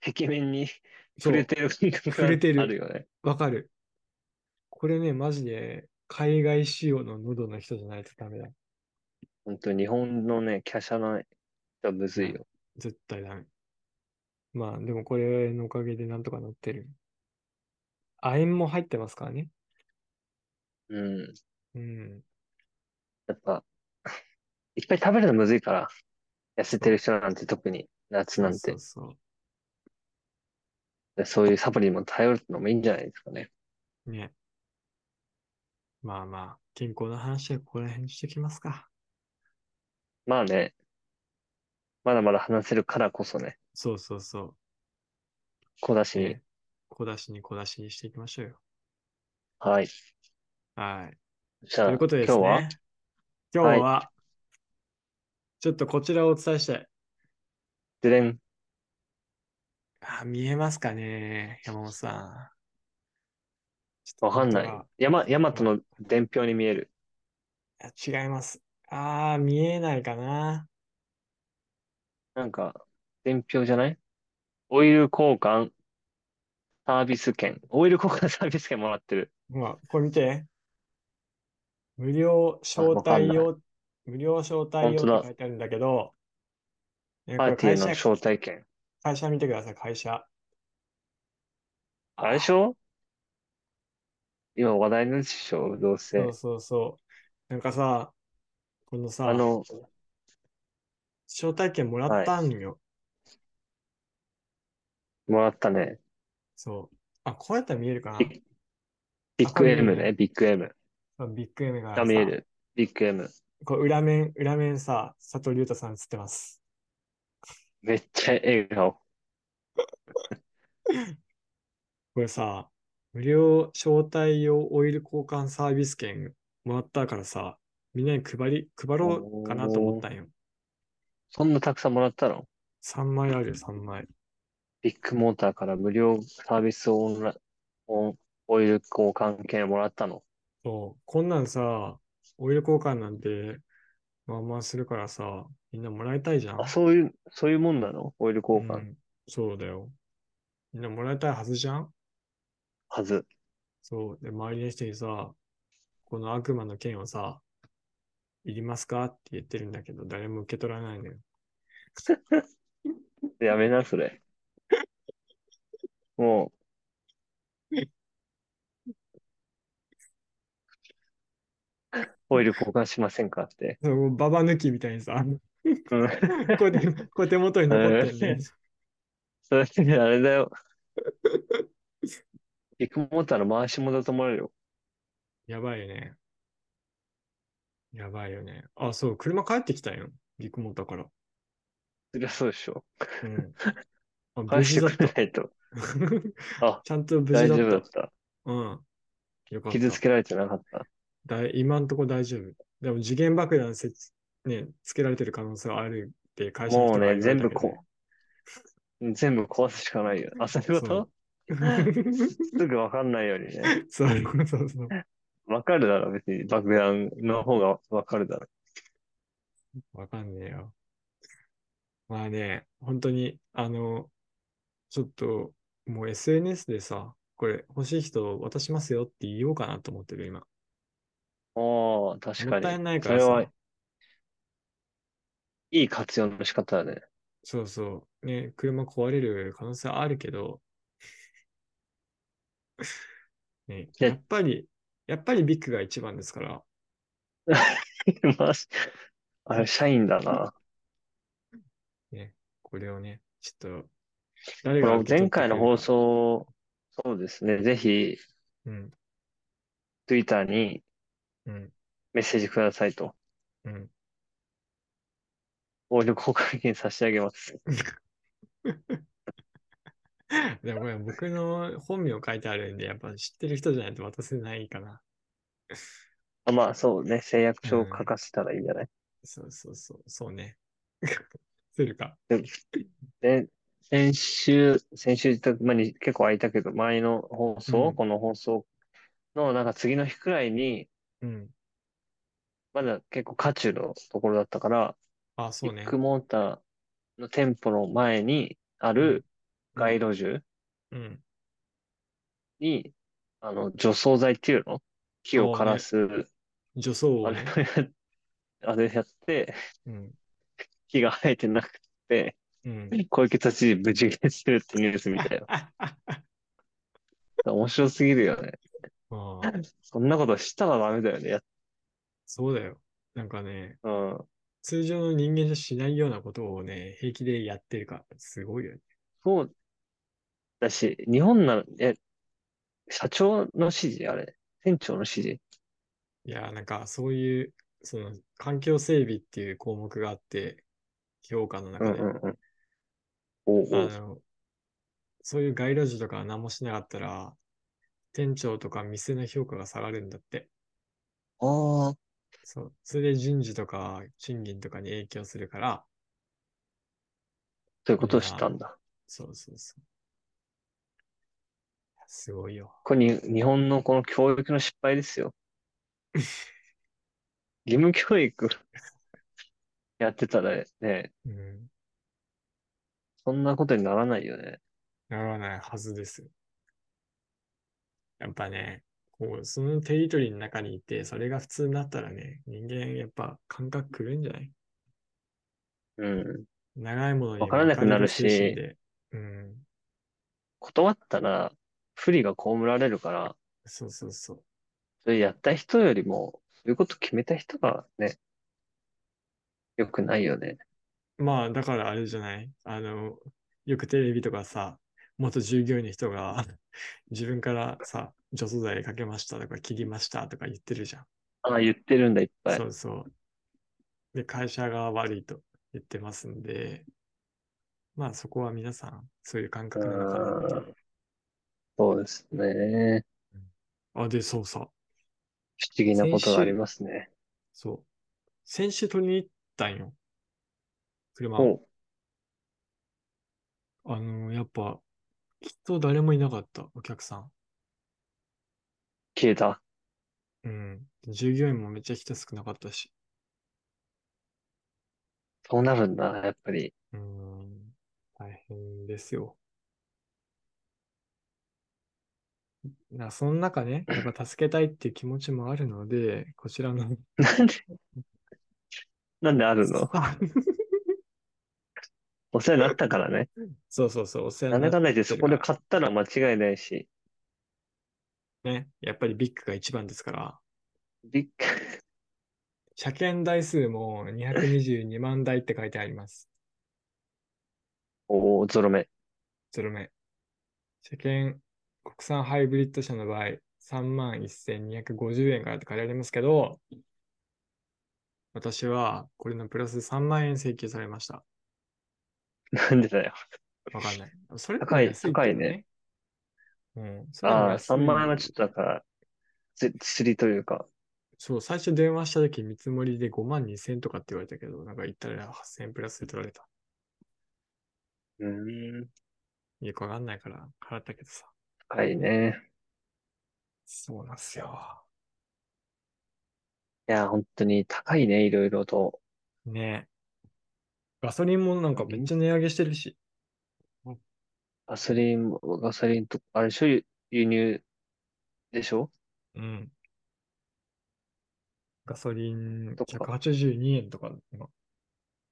Speaker 2: 壁面に
Speaker 1: そ
Speaker 2: 触れ
Speaker 1: う。
Speaker 2: てる感覚
Speaker 1: 触れてる
Speaker 2: があるよね。
Speaker 1: わかる。これね、マジで、海外仕様の喉の人じゃないとダメだ。
Speaker 2: 本当日本のね、華奢な人はむずいよ。
Speaker 1: 絶対ダメ。まあ、でもこれのおかげでなんとかなってる。亜鉛も入ってますからね。
Speaker 2: うん。
Speaker 1: うん。
Speaker 2: やっぱ、いっぱい食べるのむずいから、痩せてる人なんて特に、夏なん
Speaker 1: そ
Speaker 2: て
Speaker 1: う。そう
Speaker 2: そういうサプリも頼るのもいいんじゃないですかね。
Speaker 1: そう。ね。まあまあ、健康の話はここら辺にしてきますか。
Speaker 2: まあね、まだまだ話せるからこそね、
Speaker 1: そうそうそ
Speaker 2: 小出し
Speaker 1: う。
Speaker 2: に。
Speaker 1: ね。小出しに小出しにしていきましょうよ。
Speaker 2: はい。
Speaker 1: はい。
Speaker 2: じゃ
Speaker 1: と
Speaker 2: あ、
Speaker 1: いうことでで
Speaker 2: 今
Speaker 1: す
Speaker 2: 日は
Speaker 1: ね。今
Speaker 2: は
Speaker 1: 日は、ちょっとこちらをお伝えしたい。
Speaker 2: ででん、
Speaker 1: あ、見えますかね、山本さん。ちょ
Speaker 2: わ
Speaker 1: っと
Speaker 2: かんない
Speaker 1: 本当は。
Speaker 2: 山、ヤマトの伝票に見える。
Speaker 1: いや違います。あー、見えないかな。
Speaker 2: なんか、伝票じゃないオイル交換、サービス券。オイル交換サービス券もらってる。
Speaker 1: ほら、これ見て。無料招待
Speaker 2: あ
Speaker 1: 用、無料招待用
Speaker 2: 本当だ
Speaker 1: って書いてあるんだけど、ね
Speaker 2: パ
Speaker 1: こ
Speaker 2: ー
Speaker 1: れ
Speaker 2: ティーへ
Speaker 1: 会
Speaker 2: の
Speaker 1: 社、
Speaker 2: 招待券。
Speaker 1: 会社見てください、会社。
Speaker 2: あれでしょ今話題なんでしょどうせ
Speaker 1: そう。そうそう。なんかさ、このさ、
Speaker 2: あの、
Speaker 1: 招待券もらったんよ。
Speaker 2: もらったね。
Speaker 1: そう。あ、こうやったら見えるかな
Speaker 2: ビビッグ
Speaker 1: あこれ
Speaker 2: M ね、ビッグ M。
Speaker 1: そうビッグ M がさ
Speaker 2: あ、見える。ビッグ M。
Speaker 1: こう裏面、裏面さ、佐藤隆太さん映ってます。
Speaker 2: めっちゃ笑顔。
Speaker 1: これさ、無料招待用オイル交換サービス券もらったからさ、みんなに配り、配ろうかなと思ったんよ。
Speaker 2: そんなたくさんもらったの
Speaker 1: 3枚あるよ、3枚。
Speaker 2: ビッグモーターから無料サービスオンラオン、オイル交換券もらったの。
Speaker 1: そう。こんなんさ、オイル交換なんて、まあまあするからさ、みんなもらいたいじゃん。
Speaker 2: あ、そういう、そういうもんなのオイル交
Speaker 1: う
Speaker 2: 換。
Speaker 1: んそうだよ。みんなもらいたいはずじゃん
Speaker 2: はず。
Speaker 1: そう。で、周りの人にさ、この悪魔の剣をさ、いりますかって言ってるんだけど、誰も受け取らないのよ。
Speaker 2: やめな、そ れ。もう、オイル交換しませんかって。
Speaker 1: そうもうババ抜きみたいにさ、
Speaker 2: うん
Speaker 1: こうやって、こう手元に残ってんね。
Speaker 2: それってあれだよ。ビッグモーターの回し者だと思われるよ。
Speaker 1: やばいよね。やばいよね。あ、そう、車帰ってきたよ。ビッグモーターから。
Speaker 2: そりゃそうでしょ。
Speaker 1: うん。あ、無
Speaker 2: 返し
Speaker 1: 事
Speaker 2: て
Speaker 1: だっ
Speaker 2: く
Speaker 1: た
Speaker 2: れ。ないと。あ
Speaker 1: ちゃんと無
Speaker 2: 大
Speaker 1: 事だ
Speaker 2: 丈夫だ
Speaker 1: っ
Speaker 2: った。
Speaker 1: た。うん。よかった。
Speaker 2: 傷つけられてなかった。
Speaker 1: だい今んとこ大丈夫。でも次元爆弾せつ、ね、つけられてる可能性はあるって会社の
Speaker 2: も
Speaker 1: 人
Speaker 2: う
Speaker 1: が
Speaker 2: ね、
Speaker 1: 言われ
Speaker 2: 全
Speaker 1: た
Speaker 2: 部
Speaker 1: けど
Speaker 2: こう、全部壊すしか ないよ。あ、そういうことすぐわかんないようにね。
Speaker 1: そう そうそうそう。
Speaker 2: わかるだろ、別に。爆弾の方がわかるだろ。
Speaker 1: わかんねえよ。まあね、本当に、あの、ちょっと、もう SNS でさ、これ欲しい人渡しますよって言おうかなと思ってる今。
Speaker 2: ああ、確
Speaker 1: も
Speaker 2: か
Speaker 1: ったい
Speaker 2: に。
Speaker 1: ない
Speaker 2: そ
Speaker 1: から
Speaker 2: れ
Speaker 1: さ。
Speaker 2: は、いい活用の仕方だね。
Speaker 1: そうそう。ね、車壊れる可能性はあるけど、 ね、
Speaker 2: ね
Speaker 1: やっぱり、やっぱりビッグが一番ですから、
Speaker 2: まあ、あれ、社員だな。
Speaker 1: これをね、ちょっと、誰
Speaker 2: こ
Speaker 1: が
Speaker 2: の
Speaker 1: 受け取
Speaker 2: 前
Speaker 1: ってくれるか
Speaker 2: 回の放、送、そうですね。ぜひ、
Speaker 1: うん、
Speaker 2: Twitter に
Speaker 1: うん、
Speaker 2: メッセージくださいと。
Speaker 1: うん。
Speaker 2: オイル交換券差し上げます。
Speaker 1: でもこれ僕の本名書いてあるんで、やっぱ知ってる人じゃないと渡せないかな。
Speaker 2: あ、まあ、そうね。誓約書を書かせたらいいんじゃない
Speaker 1: そうそうそう、そうね。 するか。
Speaker 2: で、先週、先週と、まあ、に結構空いたけど、前の放送、
Speaker 1: うん
Speaker 2: この放送の、なんか次の日くらいに、
Speaker 1: うん。
Speaker 2: まだ結構渦中のところだったから、
Speaker 1: あ、そうね
Speaker 2: ビッ。グモーターの店舗の前にある街路樹
Speaker 1: うん。
Speaker 2: に、あの、除草剤っていうの木を枯らす、
Speaker 1: 女装を
Speaker 2: あれ
Speaker 1: ね。
Speaker 2: をやっ、あれや って、
Speaker 1: うん。
Speaker 2: 木が生えてなくて、
Speaker 1: うん。
Speaker 2: 小池都知事無事にするってニュースみたい
Speaker 1: ああ
Speaker 2: な。 面白すぎるよね。
Speaker 1: あ
Speaker 2: そんなことしたらダメだよね。やっ
Speaker 1: そうだよ。なんかね、
Speaker 2: うん。
Speaker 1: 通常の人間じゃしないようなことをね、平気でやってるから、すごいよね。
Speaker 2: そうだし、日本なの、え、社長の指示あれ店長の指示
Speaker 1: いやー、なんかそういう、その、環境整備っていう項目があって、評価の
Speaker 2: うん
Speaker 1: 中
Speaker 2: う
Speaker 1: で、
Speaker 2: んうん。おうおう
Speaker 1: あの、そういう街路樹とか何もしなかったら、店長とか店の評価が下がるんだって。
Speaker 2: ああ、
Speaker 1: そう。それで人事とか賃金とかに影響するから、
Speaker 2: ということを知ったんだ。
Speaker 1: そうそうそう。いやすごいよ。
Speaker 2: これに、日本のこの教育の失敗ですよ。義務教育やってたらね、
Speaker 1: うん。
Speaker 2: そんなことにならないよね。
Speaker 1: ならないはずです。やっぱね、こう、そのテリトリーの中にいて、それが普通になったらね、人間やっぱ感覚くるんじゃない
Speaker 2: うん。
Speaker 1: 長いものに
Speaker 2: わからなくなるし
Speaker 1: 分かれる精神で。うん。
Speaker 2: 断ったら不利が被られるから、
Speaker 1: そうそうそう。
Speaker 2: それやった人よりも、そういうこと決めた人がね、良くないよね。
Speaker 1: まあ、だからあれじゃないあの、よくテレビとかさ、元従業員の人が 自分からさ、除草剤かけましたとか切りましたとか言ってるじゃん。
Speaker 2: ああ、言ってるんだ、いっぱい
Speaker 1: そ。うそう。で、会社が悪いと言ってますんで、まあそこは皆さん、そういう感覚なのかなみたいな。
Speaker 2: そうですね。
Speaker 1: あ、で、そうさ、
Speaker 2: 不思議なことがありますね。
Speaker 1: そう。先週取りに行ったんよ。車を。
Speaker 2: お
Speaker 1: あの、やっぱ、きっと誰もいなかった、お客さ
Speaker 2: 消えた。
Speaker 1: ん。うん。従業員もめっちゃ人少なかったし。
Speaker 2: そうなるんだ、やっぱり。
Speaker 1: うーん。大変ですよ。な、その中ね、やっぱ助けたいっていう気持ちもあるので、こちらの。
Speaker 2: なんで、なんであるのお世話になったからね。
Speaker 1: そうそうそう、お世話
Speaker 2: なん
Speaker 1: にな
Speaker 2: だ
Speaker 1: っ
Speaker 2: かんだ言ってそこで
Speaker 1: てるか
Speaker 2: 買ったら間違いないし、
Speaker 1: らね。やっぱりビッグが一番ですから。
Speaker 2: びっく
Speaker 1: 車検台数も222万台って書いてあります。
Speaker 2: おー、ゾロ目。
Speaker 1: ゾロ目。車検、国産ハイブリッド車の場合、3万1250円からって書いてありますけど、私はこれのプラス3万円請求されました。
Speaker 2: なんでだよ。
Speaker 1: わかんない。それ
Speaker 2: 高い
Speaker 1: けど
Speaker 2: 高いね。
Speaker 1: うん。それでも
Speaker 2: ああ、
Speaker 1: 安い
Speaker 2: 3万円はちょっとだから、つ、釣りというか、
Speaker 1: そう、最初電話した時見積もりで5万2000とかって言われたけど、なんか言ったら8000プラスで取られた。
Speaker 2: うーん、
Speaker 1: よくわかんないから払ったけどさ。
Speaker 2: 高いね。
Speaker 1: そうなんすよ。
Speaker 2: いや、本当に高いね、いろいろと。
Speaker 1: ねえ。ガソリンもなんかめっちゃ値上げしてるし。
Speaker 2: ガソリンも、ガソリンと、あれでしょ、輸輸入でしょ
Speaker 1: うん。ガソリン
Speaker 2: とか
Speaker 1: 182円とか今。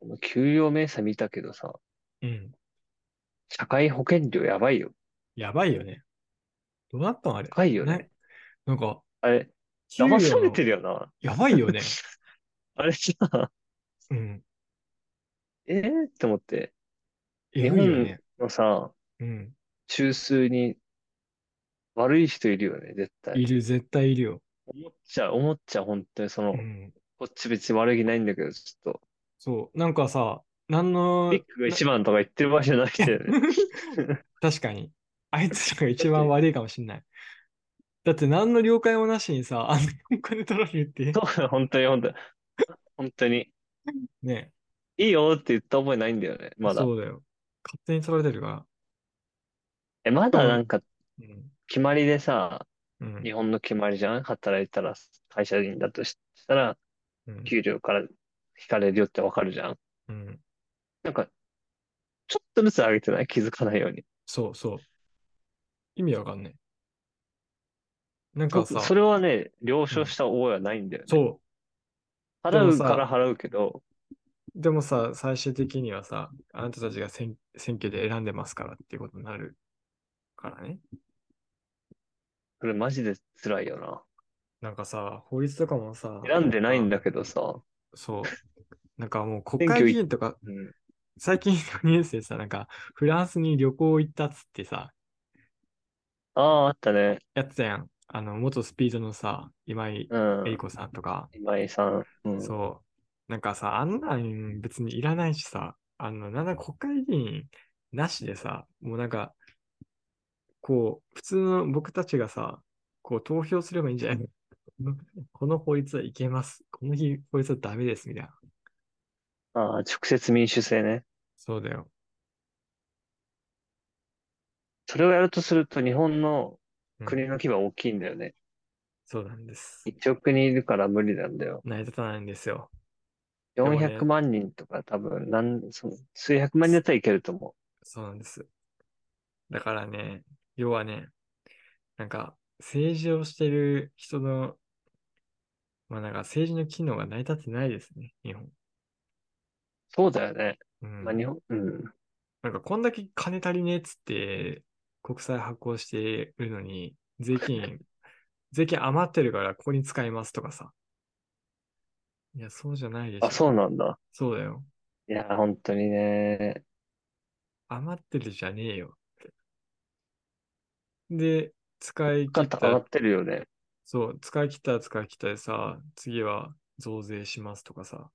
Speaker 2: この給料明細見たけどさ、
Speaker 1: うん。
Speaker 2: 社会保険料やばいよ。
Speaker 1: やばいよね。どうなったんあれ。
Speaker 2: 高いよね。
Speaker 1: ねなんか、
Speaker 2: あれ、
Speaker 1: 給料の
Speaker 2: 騙されてるよな。
Speaker 1: やばいよ ね。
Speaker 2: あれさ、
Speaker 1: うん。
Speaker 2: えー、って思って、
Speaker 1: えぐいよね。
Speaker 2: のさ、
Speaker 1: うん。
Speaker 2: 中枢に悪い人いるよね、絶対。
Speaker 1: いる、絶対いるよ。
Speaker 2: 思っちゃう、思っちゃう、本当にその、
Speaker 1: うん。
Speaker 2: こっち別に悪気ないんだけど、ちょっ
Speaker 1: そう。なんかさ、なん
Speaker 2: と、
Speaker 1: の
Speaker 2: ビッ、グが一番とか言ってる場合じゃないん だよね。
Speaker 1: 確かに。あいつらが一番悪いかもし んない。だって何の了解もなしにさ、あんなお金取られるって。
Speaker 2: そうだ、本当に、本当に。本当に。
Speaker 1: ね。
Speaker 2: いいよって言った覚えないんだよね、まだ。
Speaker 1: そうだよ。勝手に取られてるか
Speaker 2: え、まだなんか、
Speaker 1: ら。
Speaker 2: 決まりでさ、
Speaker 1: うん。うん
Speaker 2: 日本の決まりじゃん働いたら、会社員だとしたら、
Speaker 1: うん。
Speaker 2: 給料から引かれるよってわかるじゃん
Speaker 1: うん。
Speaker 2: なんか、ちょっとずつ上げてない気づかないように。
Speaker 1: そうそう。意味わかんない。なんか
Speaker 2: そ
Speaker 1: さ、
Speaker 2: それはね、了承した覚えはないんだよね。
Speaker 1: そう。で
Speaker 2: 払
Speaker 1: も
Speaker 2: う
Speaker 1: さ
Speaker 2: から払うけど、
Speaker 1: でもさ、最終的にはさ、あなたたちが選選挙で選んでますからっていうことになるからね。
Speaker 2: それマジで辛いよな。
Speaker 1: なんかさ、法律とかもさ、
Speaker 2: 選んでないんだけどさ。
Speaker 1: そう。なんかもう国会議員とか、
Speaker 2: うん。
Speaker 1: 最近のニュースでさ、なんかフランスに旅行行ったっつってさ、
Speaker 2: ああ、あったね。
Speaker 1: やってたやん。あの、元スピードのさ、今井
Speaker 2: うん
Speaker 1: 絵。理子さんとか、
Speaker 2: 今井さん。うん。
Speaker 1: そう。なんかさ、あんなん別にいらないしさ、あの、なんだ国会議員なしでさ、もうなんか、こう、普通の僕たちがさ、こう投票すればいいんじゃない この法律はいけます。この日法律はダメです、みたいな。
Speaker 2: ああ、直接民主制ね。
Speaker 1: そうだよ。
Speaker 2: それをやるとすると、日本の
Speaker 1: うん
Speaker 2: 国の規模は大きいんだよね。
Speaker 1: そうなんです。
Speaker 2: 1億人いるから無理なんだよ。
Speaker 1: 成り立たないんですよ。もね
Speaker 2: 400万人とか多分、なん、その、数百万人だったらいけると思
Speaker 1: そうなんです。だからね、要はね、なんか政治をしてる人の、まあなんか政治の機能が成り立ってないですね、日本。
Speaker 2: う。そうだよね。
Speaker 1: うん
Speaker 2: まあ、日本、うん。
Speaker 1: なんかこんだけ 金足りねえっつって、国債発行してるのに、税金税金余ってるからここに使いますとかさ。いや、そうじゃないでしょ。
Speaker 2: あ、そうなんだ。
Speaker 1: そうだよ。
Speaker 2: いや、本当にね。
Speaker 1: 余ってるじゃねえよ。で、使い切
Speaker 2: 価
Speaker 1: っ
Speaker 2: 高ま
Speaker 1: た
Speaker 2: っ、てるよね。
Speaker 1: そう、使い切ったら使い切ったでさ、次は増税しますとかさ。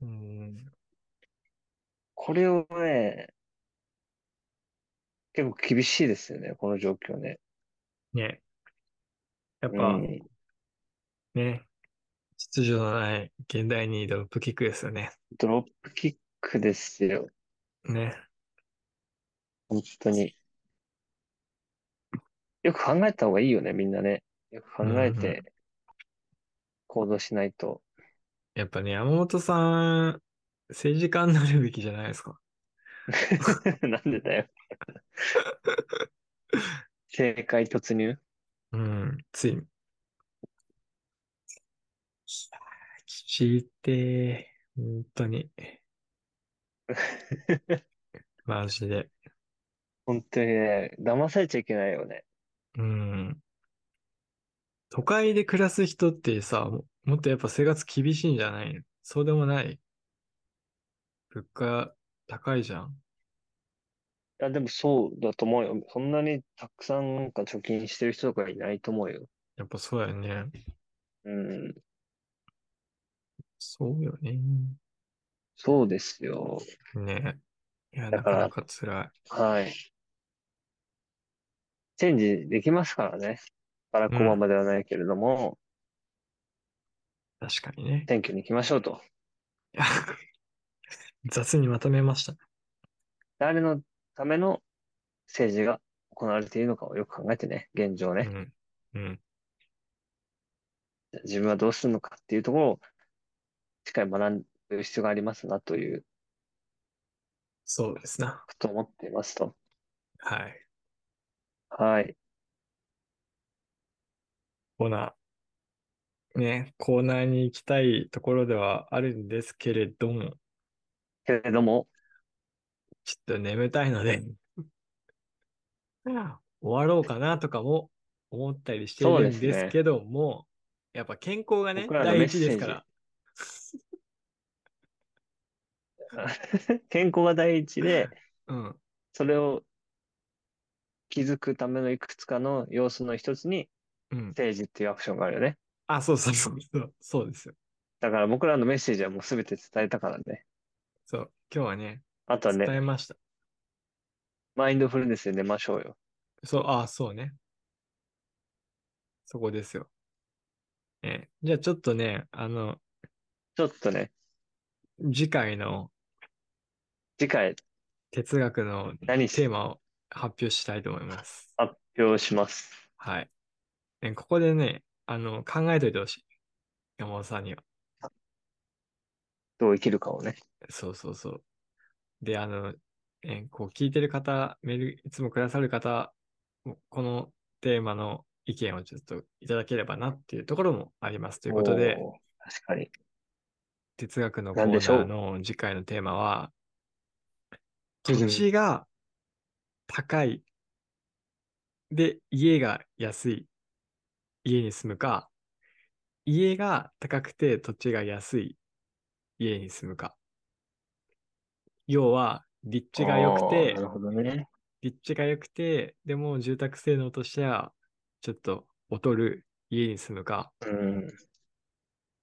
Speaker 1: うーん、
Speaker 2: これをね、結構厳しいですよね、この状況ね。
Speaker 1: ね。やっ
Speaker 2: う
Speaker 1: ぱ、
Speaker 2: ん。
Speaker 1: ね、秩序のない現代にドロップキックですよね。
Speaker 2: ドロップキックですよ。
Speaker 1: ね。
Speaker 2: 本当に。よく考えた方がいいよね、みんなね。よく考え
Speaker 1: うんうん
Speaker 2: て行動しない と。
Speaker 1: やっぱね、山本さん、政治家になるべきじゃないですか。
Speaker 2: なんでだよ。政界突入
Speaker 1: うん、つい。いやー、厳しいって、本当 に、マジで。
Speaker 2: 本当にね、騙されちゃいけないよね。
Speaker 1: うん。都会で暮らす人ってさ、ももっとやっぱ生活厳しいんじゃないのそうでもない物価高いじゃん。
Speaker 2: いや、でもそうだと思うよ。そんなにたくさんなんか貯金してる人とかいないと思うよ。
Speaker 1: やっぱそうやね。
Speaker 2: うん。
Speaker 1: そうよね。
Speaker 2: そうですよ。
Speaker 1: ねいや、
Speaker 2: だ
Speaker 1: な
Speaker 2: か
Speaker 1: からなか辛い。
Speaker 2: はい。チェンジできますからね。バラック・オバマではないけれども、
Speaker 1: 確かにね。
Speaker 2: 選挙に行きましょうと。
Speaker 1: 雑にまとめました。
Speaker 2: 誰のための政治が行われているのかをよく考えてね、現状
Speaker 1: う
Speaker 2: ね。
Speaker 1: ん。うん。
Speaker 2: 自分はどうするのかっていうところをしっかり学ぶ必要がありますなという
Speaker 1: そうですな。
Speaker 2: ことを思っていますと。
Speaker 1: はい。
Speaker 2: はい。
Speaker 1: コーナー。ね、コーナーに行きたいところではあるんですけれども、
Speaker 2: けれども、
Speaker 1: ちょっと眠たいので、終わろうかなとかも思ったりしてい
Speaker 2: そう
Speaker 1: る
Speaker 2: で
Speaker 1: ん
Speaker 2: すね
Speaker 1: ですけども、やっぱ健康がね、
Speaker 2: 僕らの
Speaker 1: 第
Speaker 2: メッセ
Speaker 1: 一
Speaker 2: ージ
Speaker 1: ですから。
Speaker 2: 健康が第一で、
Speaker 1: うん。
Speaker 2: それを気づくためのいくつかの要素の一つに、
Speaker 1: うん。
Speaker 2: 政治っていうアクションがあるよね。
Speaker 1: あ、そうそうそうそう。そうですよ。
Speaker 2: だから僕らのメッセージはもう全て伝えたからね。
Speaker 1: そう。今日はね、
Speaker 2: あとは
Speaker 1: 伝え
Speaker 2: ね、
Speaker 1: ました。
Speaker 2: マインドフルネスで寝ましょうよ。
Speaker 1: そう、あ、そうね。そこですよ。え、じゃあちょっとね、あの、
Speaker 2: ちょっとね、
Speaker 1: 次回の
Speaker 2: 次回
Speaker 1: 哲学の
Speaker 2: 何し
Speaker 1: テーマを発表したいと思います。
Speaker 2: 発表します。
Speaker 1: はい。ねここでね、あの、考えといてほしい。山本さんには。
Speaker 2: どう生きるかをね。
Speaker 1: そうそうそう。で、あの、えこう聞いてる方、メールいつもくださる方、このテーマの意見をちょっといただければなっていうところもありますと
Speaker 2: と
Speaker 1: いうことで、
Speaker 2: 確かに。
Speaker 1: 哲学のコーナ
Speaker 2: なんでしょ
Speaker 1: ー
Speaker 2: う
Speaker 1: の次回のテーマは、
Speaker 2: うん
Speaker 1: 土地が高い。で、家が安い。家に住むか、家が高くて土地が安い。家に住むか。要は、立地が良く
Speaker 2: あー
Speaker 1: て
Speaker 2: な、るほどね。
Speaker 1: 立地が良くて、でも住宅性能としては、ちょっと劣る家に住むか、
Speaker 2: うん。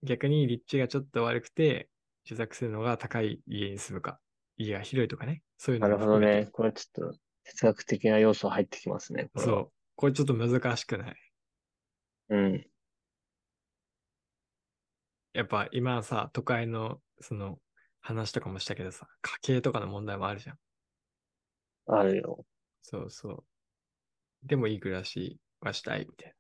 Speaker 1: 逆に立地がちょっと悪くて、住宅性能が高い家に住むか、家が広いとかね、そういう
Speaker 2: な
Speaker 1: の
Speaker 2: る
Speaker 1: も
Speaker 2: ほど
Speaker 1: 含め
Speaker 2: ね
Speaker 1: て。。
Speaker 2: これはちょっと哲学的な要素入ってきますね。これは
Speaker 1: そう。これちょっと難しくない。
Speaker 2: うん。
Speaker 1: やっぱ今さ、都会のその話とかもしたけどさ、家計とかの問題もあるじゃん。
Speaker 2: あるよ。
Speaker 1: そうそう。でもいい暮らしはしたいみたい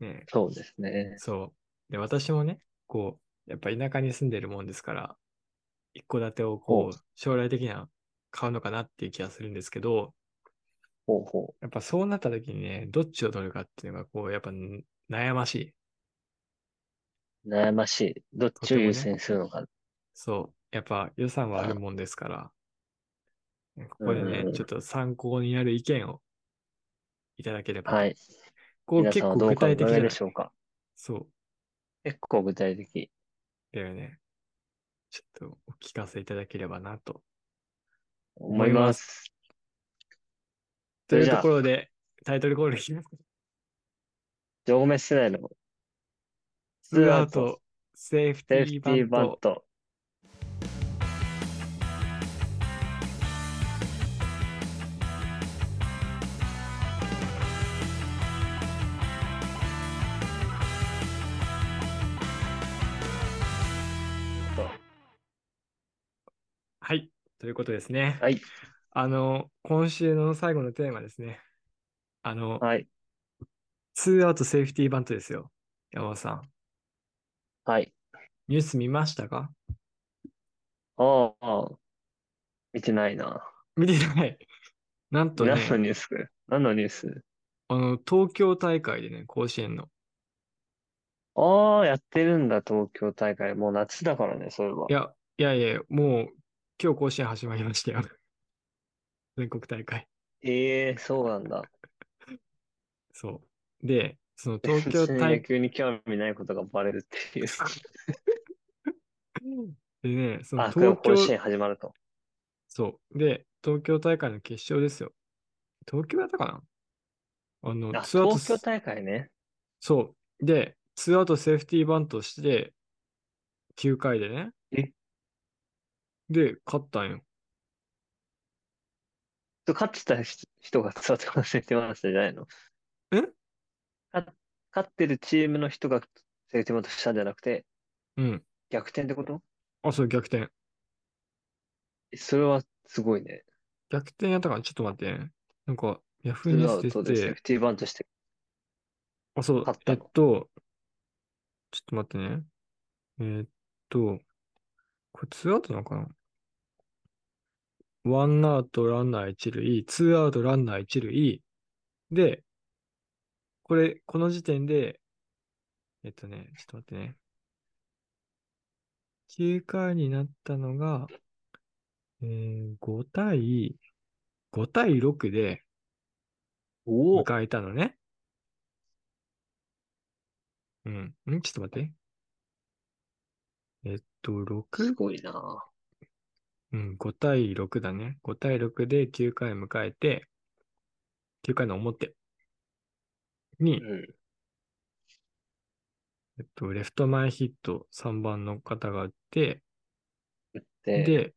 Speaker 1: な。ねえ
Speaker 2: そうですね。
Speaker 1: そう。で、私もね、こう、やっぱ田舎に住んでるもんですから、一戸建てを
Speaker 2: ほ
Speaker 1: こう、将来的には買うのかなっていう気がするんですけど、
Speaker 2: ほうほ
Speaker 1: やっぱそうなった時にね、どっちを取るかっていうのが、こう、やっぱん悩ましい。
Speaker 2: う。悩ましい。どっちを優先するのか。
Speaker 1: そう。やっぱ予算はあるもんですから、ここで
Speaker 2: うんうん
Speaker 1: ね、
Speaker 2: うん
Speaker 1: ちょっと参考になる意見をいただければ。
Speaker 2: はい。
Speaker 1: こう
Speaker 2: 皆
Speaker 1: 結
Speaker 2: さんは
Speaker 1: 構
Speaker 2: どう
Speaker 1: 具
Speaker 2: 考
Speaker 1: 体的じゃ
Speaker 2: え
Speaker 1: な
Speaker 2: で
Speaker 1: い
Speaker 2: しょうか。
Speaker 1: そう
Speaker 2: 結構具体的。
Speaker 1: だよね。ちょっとお聞かせいただければなと。
Speaker 2: 思います。
Speaker 1: と
Speaker 2: そ
Speaker 1: い
Speaker 2: れ
Speaker 1: う
Speaker 2: じゃ
Speaker 1: と
Speaker 2: あ
Speaker 1: ころで、タイトルコールいきます。
Speaker 2: ジョーメス内の
Speaker 1: ツーアウト、セーフ
Speaker 2: セ
Speaker 1: テ
Speaker 2: ー
Speaker 1: ィー
Speaker 2: フ
Speaker 1: バ
Speaker 2: テ
Speaker 1: ント。
Speaker 2: ィーバント。
Speaker 1: はい。ということですね。
Speaker 2: はい。
Speaker 1: あの、今週の最後のテーマですね。あの、
Speaker 2: はい。
Speaker 1: ツーアウトセーフティーバントですよ。山本さん。
Speaker 2: はい。
Speaker 1: ニュース見ましたか
Speaker 2: ああ、見てないな。
Speaker 1: 見てない。 なんとね、
Speaker 2: 何のニュース何のニュース
Speaker 1: あの、東京大会でね、甲子園の。
Speaker 2: ああ、やってるんだ、東京大会。もう夏だからね、そういえば
Speaker 1: い。や、いやいや、もう、今日甲子園始まりましたよ。 全国大会。
Speaker 2: ええそうなんだ。
Speaker 1: そう。で、その東京
Speaker 2: 別に野
Speaker 1: 大会
Speaker 2: 球に興味ないことがバレるって いう。
Speaker 1: でね、その
Speaker 2: あ、今
Speaker 1: 東
Speaker 2: 日甲子
Speaker 1: 京
Speaker 2: 園、始まると。
Speaker 1: そう。で、東京大会の決勝ですよ。東京やったかなあの、
Speaker 2: あ、
Speaker 1: ツーアウト
Speaker 2: 東京大会ね。
Speaker 1: そう。で、ツーアウトセーフティーバントして、9回でね。
Speaker 2: え
Speaker 1: で、勝ったんよ。
Speaker 2: 勝ってた人人が座って忘れてましたじゃないの
Speaker 1: え
Speaker 2: 勝勝ってるチームの人がセーフティーバントしたんじゃなくて、
Speaker 1: うん。
Speaker 2: 逆転ってこと
Speaker 1: あ、そう、逆転。
Speaker 2: えそれはすごいね。
Speaker 1: 逆転やったかなちょっと待ってね。なんか、ヤフ
Speaker 2: ツ
Speaker 1: ーニ
Speaker 2: ー
Speaker 1: ュ
Speaker 2: ア
Speaker 1: ー
Speaker 2: ウト
Speaker 1: ス
Speaker 2: で
Speaker 1: 出
Speaker 2: セー
Speaker 1: て
Speaker 2: フ、ティーバントして、
Speaker 1: あ、そう、
Speaker 2: 勝っ
Speaker 1: え
Speaker 2: た
Speaker 1: っ
Speaker 2: の
Speaker 1: と、ちょっと待ってね。えっと、これツーアウトなのかなワンアウトランナー一塁、ツーアウトランナー一塁。で、これ、この時点で、えっとね、ちょっと待ってね。9回になったのが、えー、5対、5対6で
Speaker 2: おお
Speaker 1: 迎えたのね。うん。んちょっと待って。えっと、
Speaker 2: す
Speaker 1: 6、
Speaker 2: ごいな。
Speaker 1: うん、5対6だね。5対6で9回迎えて、9回の表
Speaker 2: う
Speaker 1: に、
Speaker 2: ん。
Speaker 1: えっと、レフト前ヒット3番の方が打って、
Speaker 2: で、
Speaker 1: で、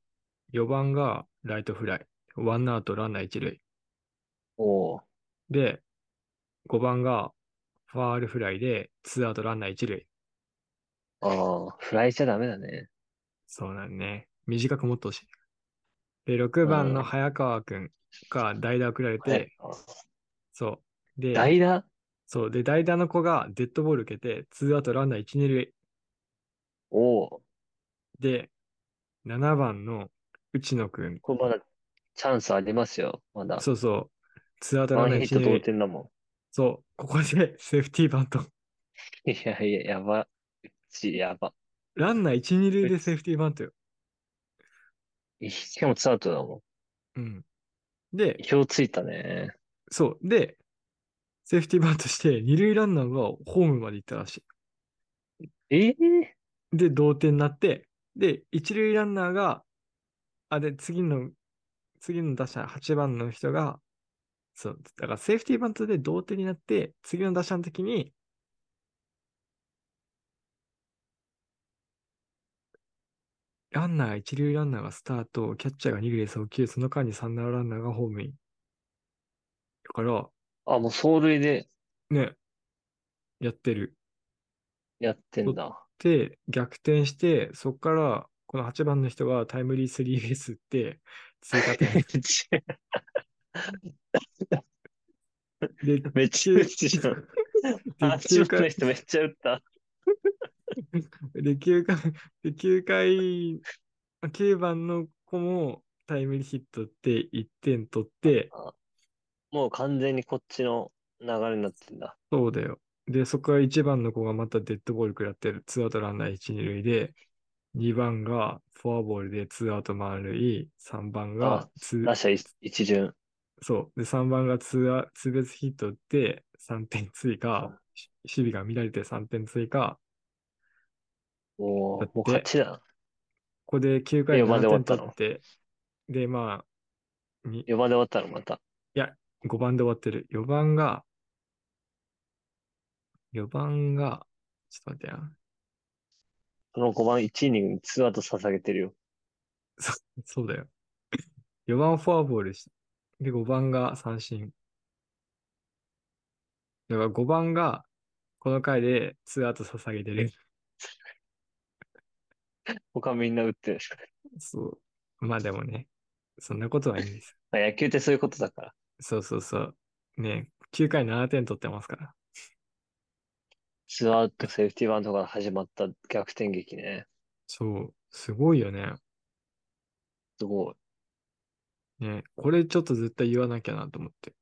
Speaker 1: 4番がライトフライ。ワンアウトランナー一塁。
Speaker 2: おー
Speaker 1: で、5番がファールフライでツーアウトランナー一塁。
Speaker 2: ああ、フライじゃダメだね。
Speaker 1: そうなんね。短く持ってほしい。で、6番
Speaker 2: う
Speaker 1: の
Speaker 2: ん
Speaker 1: 早川くんが代打送られて、
Speaker 2: はい。
Speaker 1: そう。で、
Speaker 2: 代打
Speaker 1: そう。で、代打の子がデッドボール受けて、ツーアウトランナー一、二塁。
Speaker 2: おおー
Speaker 1: で、7番の内野くん。
Speaker 2: これまだチャンスありますよ、まだ。
Speaker 1: そうそう。ツーアウトラ
Speaker 2: ワ
Speaker 1: ンナ
Speaker 2: ン
Speaker 1: ー
Speaker 2: ヒッ
Speaker 1: 一、二
Speaker 2: ト同
Speaker 1: 塁。
Speaker 2: 点だも
Speaker 1: そう。ここでセーフティーバント。
Speaker 2: ん。いやいや、やば。うち、やば。
Speaker 1: ランナー一、二塁でセーフティーバントよ。
Speaker 2: しかもツーアウトだもん。
Speaker 1: うん。で、
Speaker 2: 意表ついたね。
Speaker 1: そう。で、セーフティーバントして、二塁ランナーがホームまで行ったらし
Speaker 2: ええ
Speaker 1: い。で、同点になって、で、一塁ランナーが、あ、で、次の、次の打者、8番の人が、そう、だからセーフティーバントで同点になって、次の打者の時に、ランナー、一塁ランナーがスタート、キャッチャーが二塁へ送球、その間に三塁ランナーがホームイン。だから、
Speaker 2: あ、もう走塁で
Speaker 1: ね、やってる。
Speaker 2: やってんだ。
Speaker 1: で、逆転して、そこから、この8番の人がタイムリースリーベース打って、追加点。で、
Speaker 2: めっちゃ打つじゃん。
Speaker 1: で、
Speaker 2: あ、
Speaker 1: 9
Speaker 2: 中華の
Speaker 1: 回、
Speaker 2: 人めっちゃ打った。
Speaker 1: で、9回、で、9回、9番の子もタイムリーヒットって1点取って、
Speaker 2: もう完全にこっちの流れになってんだ。
Speaker 1: そうだよ。で、そこから1番の子がまたデッドボール食らってる。ツーアウトランナー1、2塁で、2番がフォアボールでツーアウト満塁、3番が
Speaker 2: あ
Speaker 1: ツー
Speaker 2: 打者一一巡。
Speaker 1: そう。で、3番がツアツーベースヒット打って3点追加、し守備が乱れて3点追加、
Speaker 2: お
Speaker 1: だ
Speaker 2: ー
Speaker 1: って
Speaker 2: もう勝ちだな。
Speaker 1: ここで9回
Speaker 2: で4番で終
Speaker 1: 7
Speaker 2: わっ
Speaker 1: 点
Speaker 2: た
Speaker 1: 取
Speaker 2: の
Speaker 1: って、で、まあ、に
Speaker 2: 4番で終わったの、また。
Speaker 1: 5番で終わってる。4番が、4番が、ちょっと待ってな。
Speaker 2: その5番1イニングにツーアウト捧げてるよ。
Speaker 1: そそうだよ。4番フォアボールした。で、5番が三振。だから5番が、この回でツーアウト捧げてる。
Speaker 2: 他みんな打ってる。
Speaker 1: そう。まあでもね、そんなことはいいんです。
Speaker 2: まあ野球ってそういうことだから。
Speaker 1: そうそうそう。ね、9回7点取ってますから。
Speaker 2: ツーアウト、セーフティーバントから始まった逆転劇ね。
Speaker 1: そう。すごいよね。
Speaker 2: すごい。
Speaker 1: ね、これちょっと絶対言わなきゃなと思って。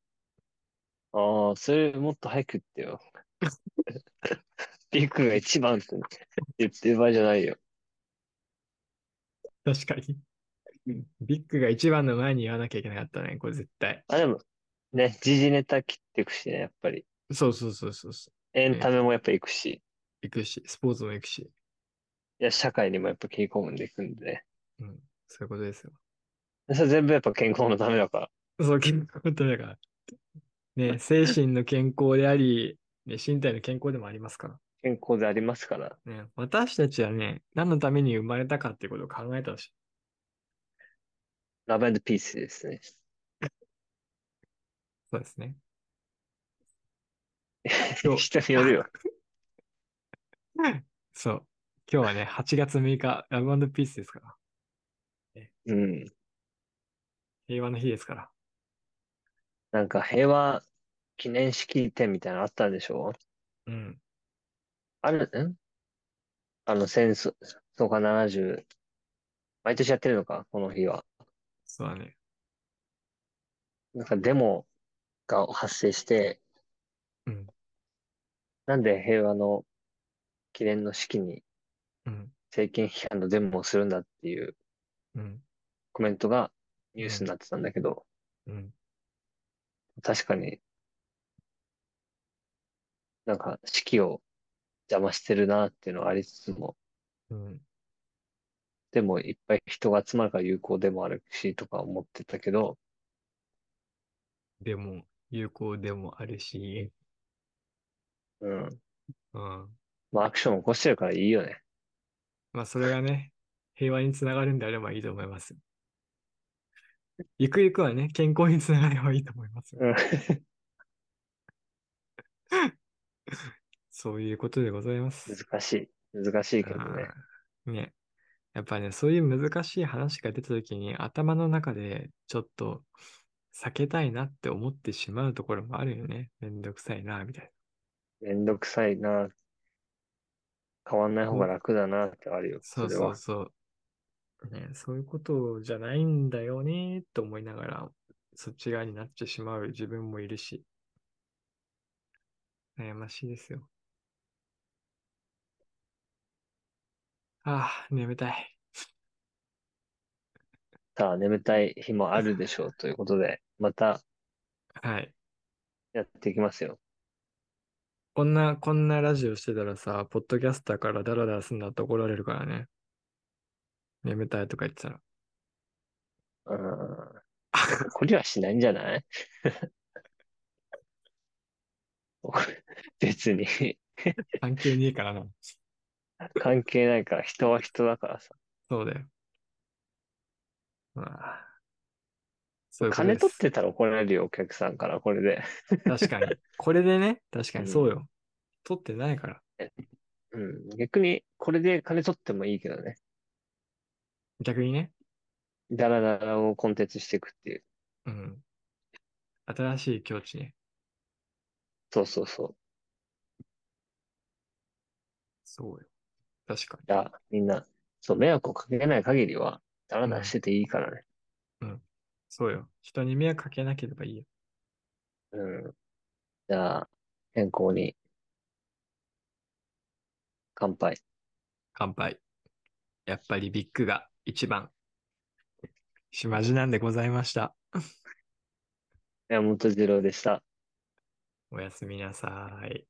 Speaker 2: ああ、それもっと早く言ってよ。リクが一番って言ってる場合じゃないよ。
Speaker 1: 確かに。ビッグが一番の前に言わなきゃいけなかったね、これ絶対。
Speaker 2: あ、でも、ね、時事ネタ切っていくしね、やっぱり。
Speaker 1: そうそうそうそうそう。
Speaker 2: エンタメもやっぱ行くし、
Speaker 1: 行くし、スポーツも行くし。
Speaker 2: いや、社会にもやっぱ切り込んでいくんでね。
Speaker 1: うん。そういうことですよ。
Speaker 2: それ全部やっぱ健康のためだから。
Speaker 1: そう、健康とだから。 ね、精神の健康であり、ね、身体の健康でもありますか
Speaker 2: 健康でありますから。
Speaker 1: ら。ね、私たちはね、何のために生まれたかっていうことを考えたし。
Speaker 2: ラブピースですね。
Speaker 1: そうですね。今日
Speaker 2: 人によるよ。
Speaker 1: そう。今日はね、8月6日、ラブピースですから。
Speaker 2: うん。
Speaker 1: 平和の日ですから。
Speaker 2: なんか平和記念式典みたいなのあったんでしょ
Speaker 1: うん。
Speaker 2: ある、んあの戦争、そうか70、毎年やってるのか、この日は。
Speaker 1: そうだね。
Speaker 2: なんかデモが発生して、
Speaker 1: うん。
Speaker 2: なんで平和の記念の式に
Speaker 1: うん。
Speaker 2: 政権批判のデモをするんだっていう
Speaker 1: うん。
Speaker 2: コメントがニュースになってたんだけど、
Speaker 1: うん。
Speaker 2: 確かになんか式を邪魔してるなっていうのはありつつも、
Speaker 1: うん。
Speaker 2: でもいっぱい人が集まるから有効でもあるしとか思ってたけど、
Speaker 1: でも、有効でもあるし、
Speaker 2: うん。
Speaker 1: うん。
Speaker 2: まあアクション起こしてるからいいよね。
Speaker 1: まあ、それがね、平和につながるんであればいいと思います。ゆくゆくはね、健康につながればいいと思います。
Speaker 2: うん。
Speaker 1: そういうことでございます。
Speaker 2: 難しい。難しいけどね。
Speaker 1: あーね。やっぱね、そういう難しい話が出たときに、頭の中でちょっと避けたいなって思ってしまうところもあるよね。めんどくさいな、みたいな。
Speaker 2: めんどくさいな。変わんない方が楽だなってあるよ。
Speaker 1: そう
Speaker 2: れ
Speaker 1: そう
Speaker 2: は。
Speaker 1: そう。ね、そういうことじゃないんだよね、と思いながら、そっち側になってしまう自分もいるし、悩ましいですよ。ああ、眠たい。
Speaker 2: さあ、眠たい日もあるでしょうということで、また
Speaker 1: はい。
Speaker 2: やっていきますよ。
Speaker 1: こんな、こんなラジオしてたらさ、ポッドキャスターからダラダラすんだって怒られるからね。眠たいとか言ってたら。
Speaker 2: うん。怒りはしないんじゃない 怒る別に
Speaker 1: 関係ねえからな。
Speaker 2: 関係ないから、人は人だからさ。
Speaker 1: そうだよ。まあ。そういうこと
Speaker 2: 金
Speaker 1: です
Speaker 2: 取ってたら怒られるよ、お客さんから、これで。
Speaker 1: 確かに。これでね、確か
Speaker 2: う
Speaker 1: に
Speaker 2: ん
Speaker 1: そうよ。取ってないから。
Speaker 2: うん。逆に、これで金取ってもいいけどね。
Speaker 1: 逆にね。
Speaker 2: ダラダラをコンテンツしていくっていう。
Speaker 1: うん。新しい境地ね。
Speaker 2: そうそうそう。
Speaker 1: そうよ。確かに。
Speaker 2: じゃあ、みんな、そう、迷惑をかけない限りは、ダラダラしてていいからね。
Speaker 1: そうよ。人に迷惑かけなければいいよ。
Speaker 2: うん。じゃあ、健康に。乾杯。
Speaker 1: 乾杯。やっぱりビッグが一番。島地なんでございました。
Speaker 2: 山本二郎でした。
Speaker 1: おやすみなさい。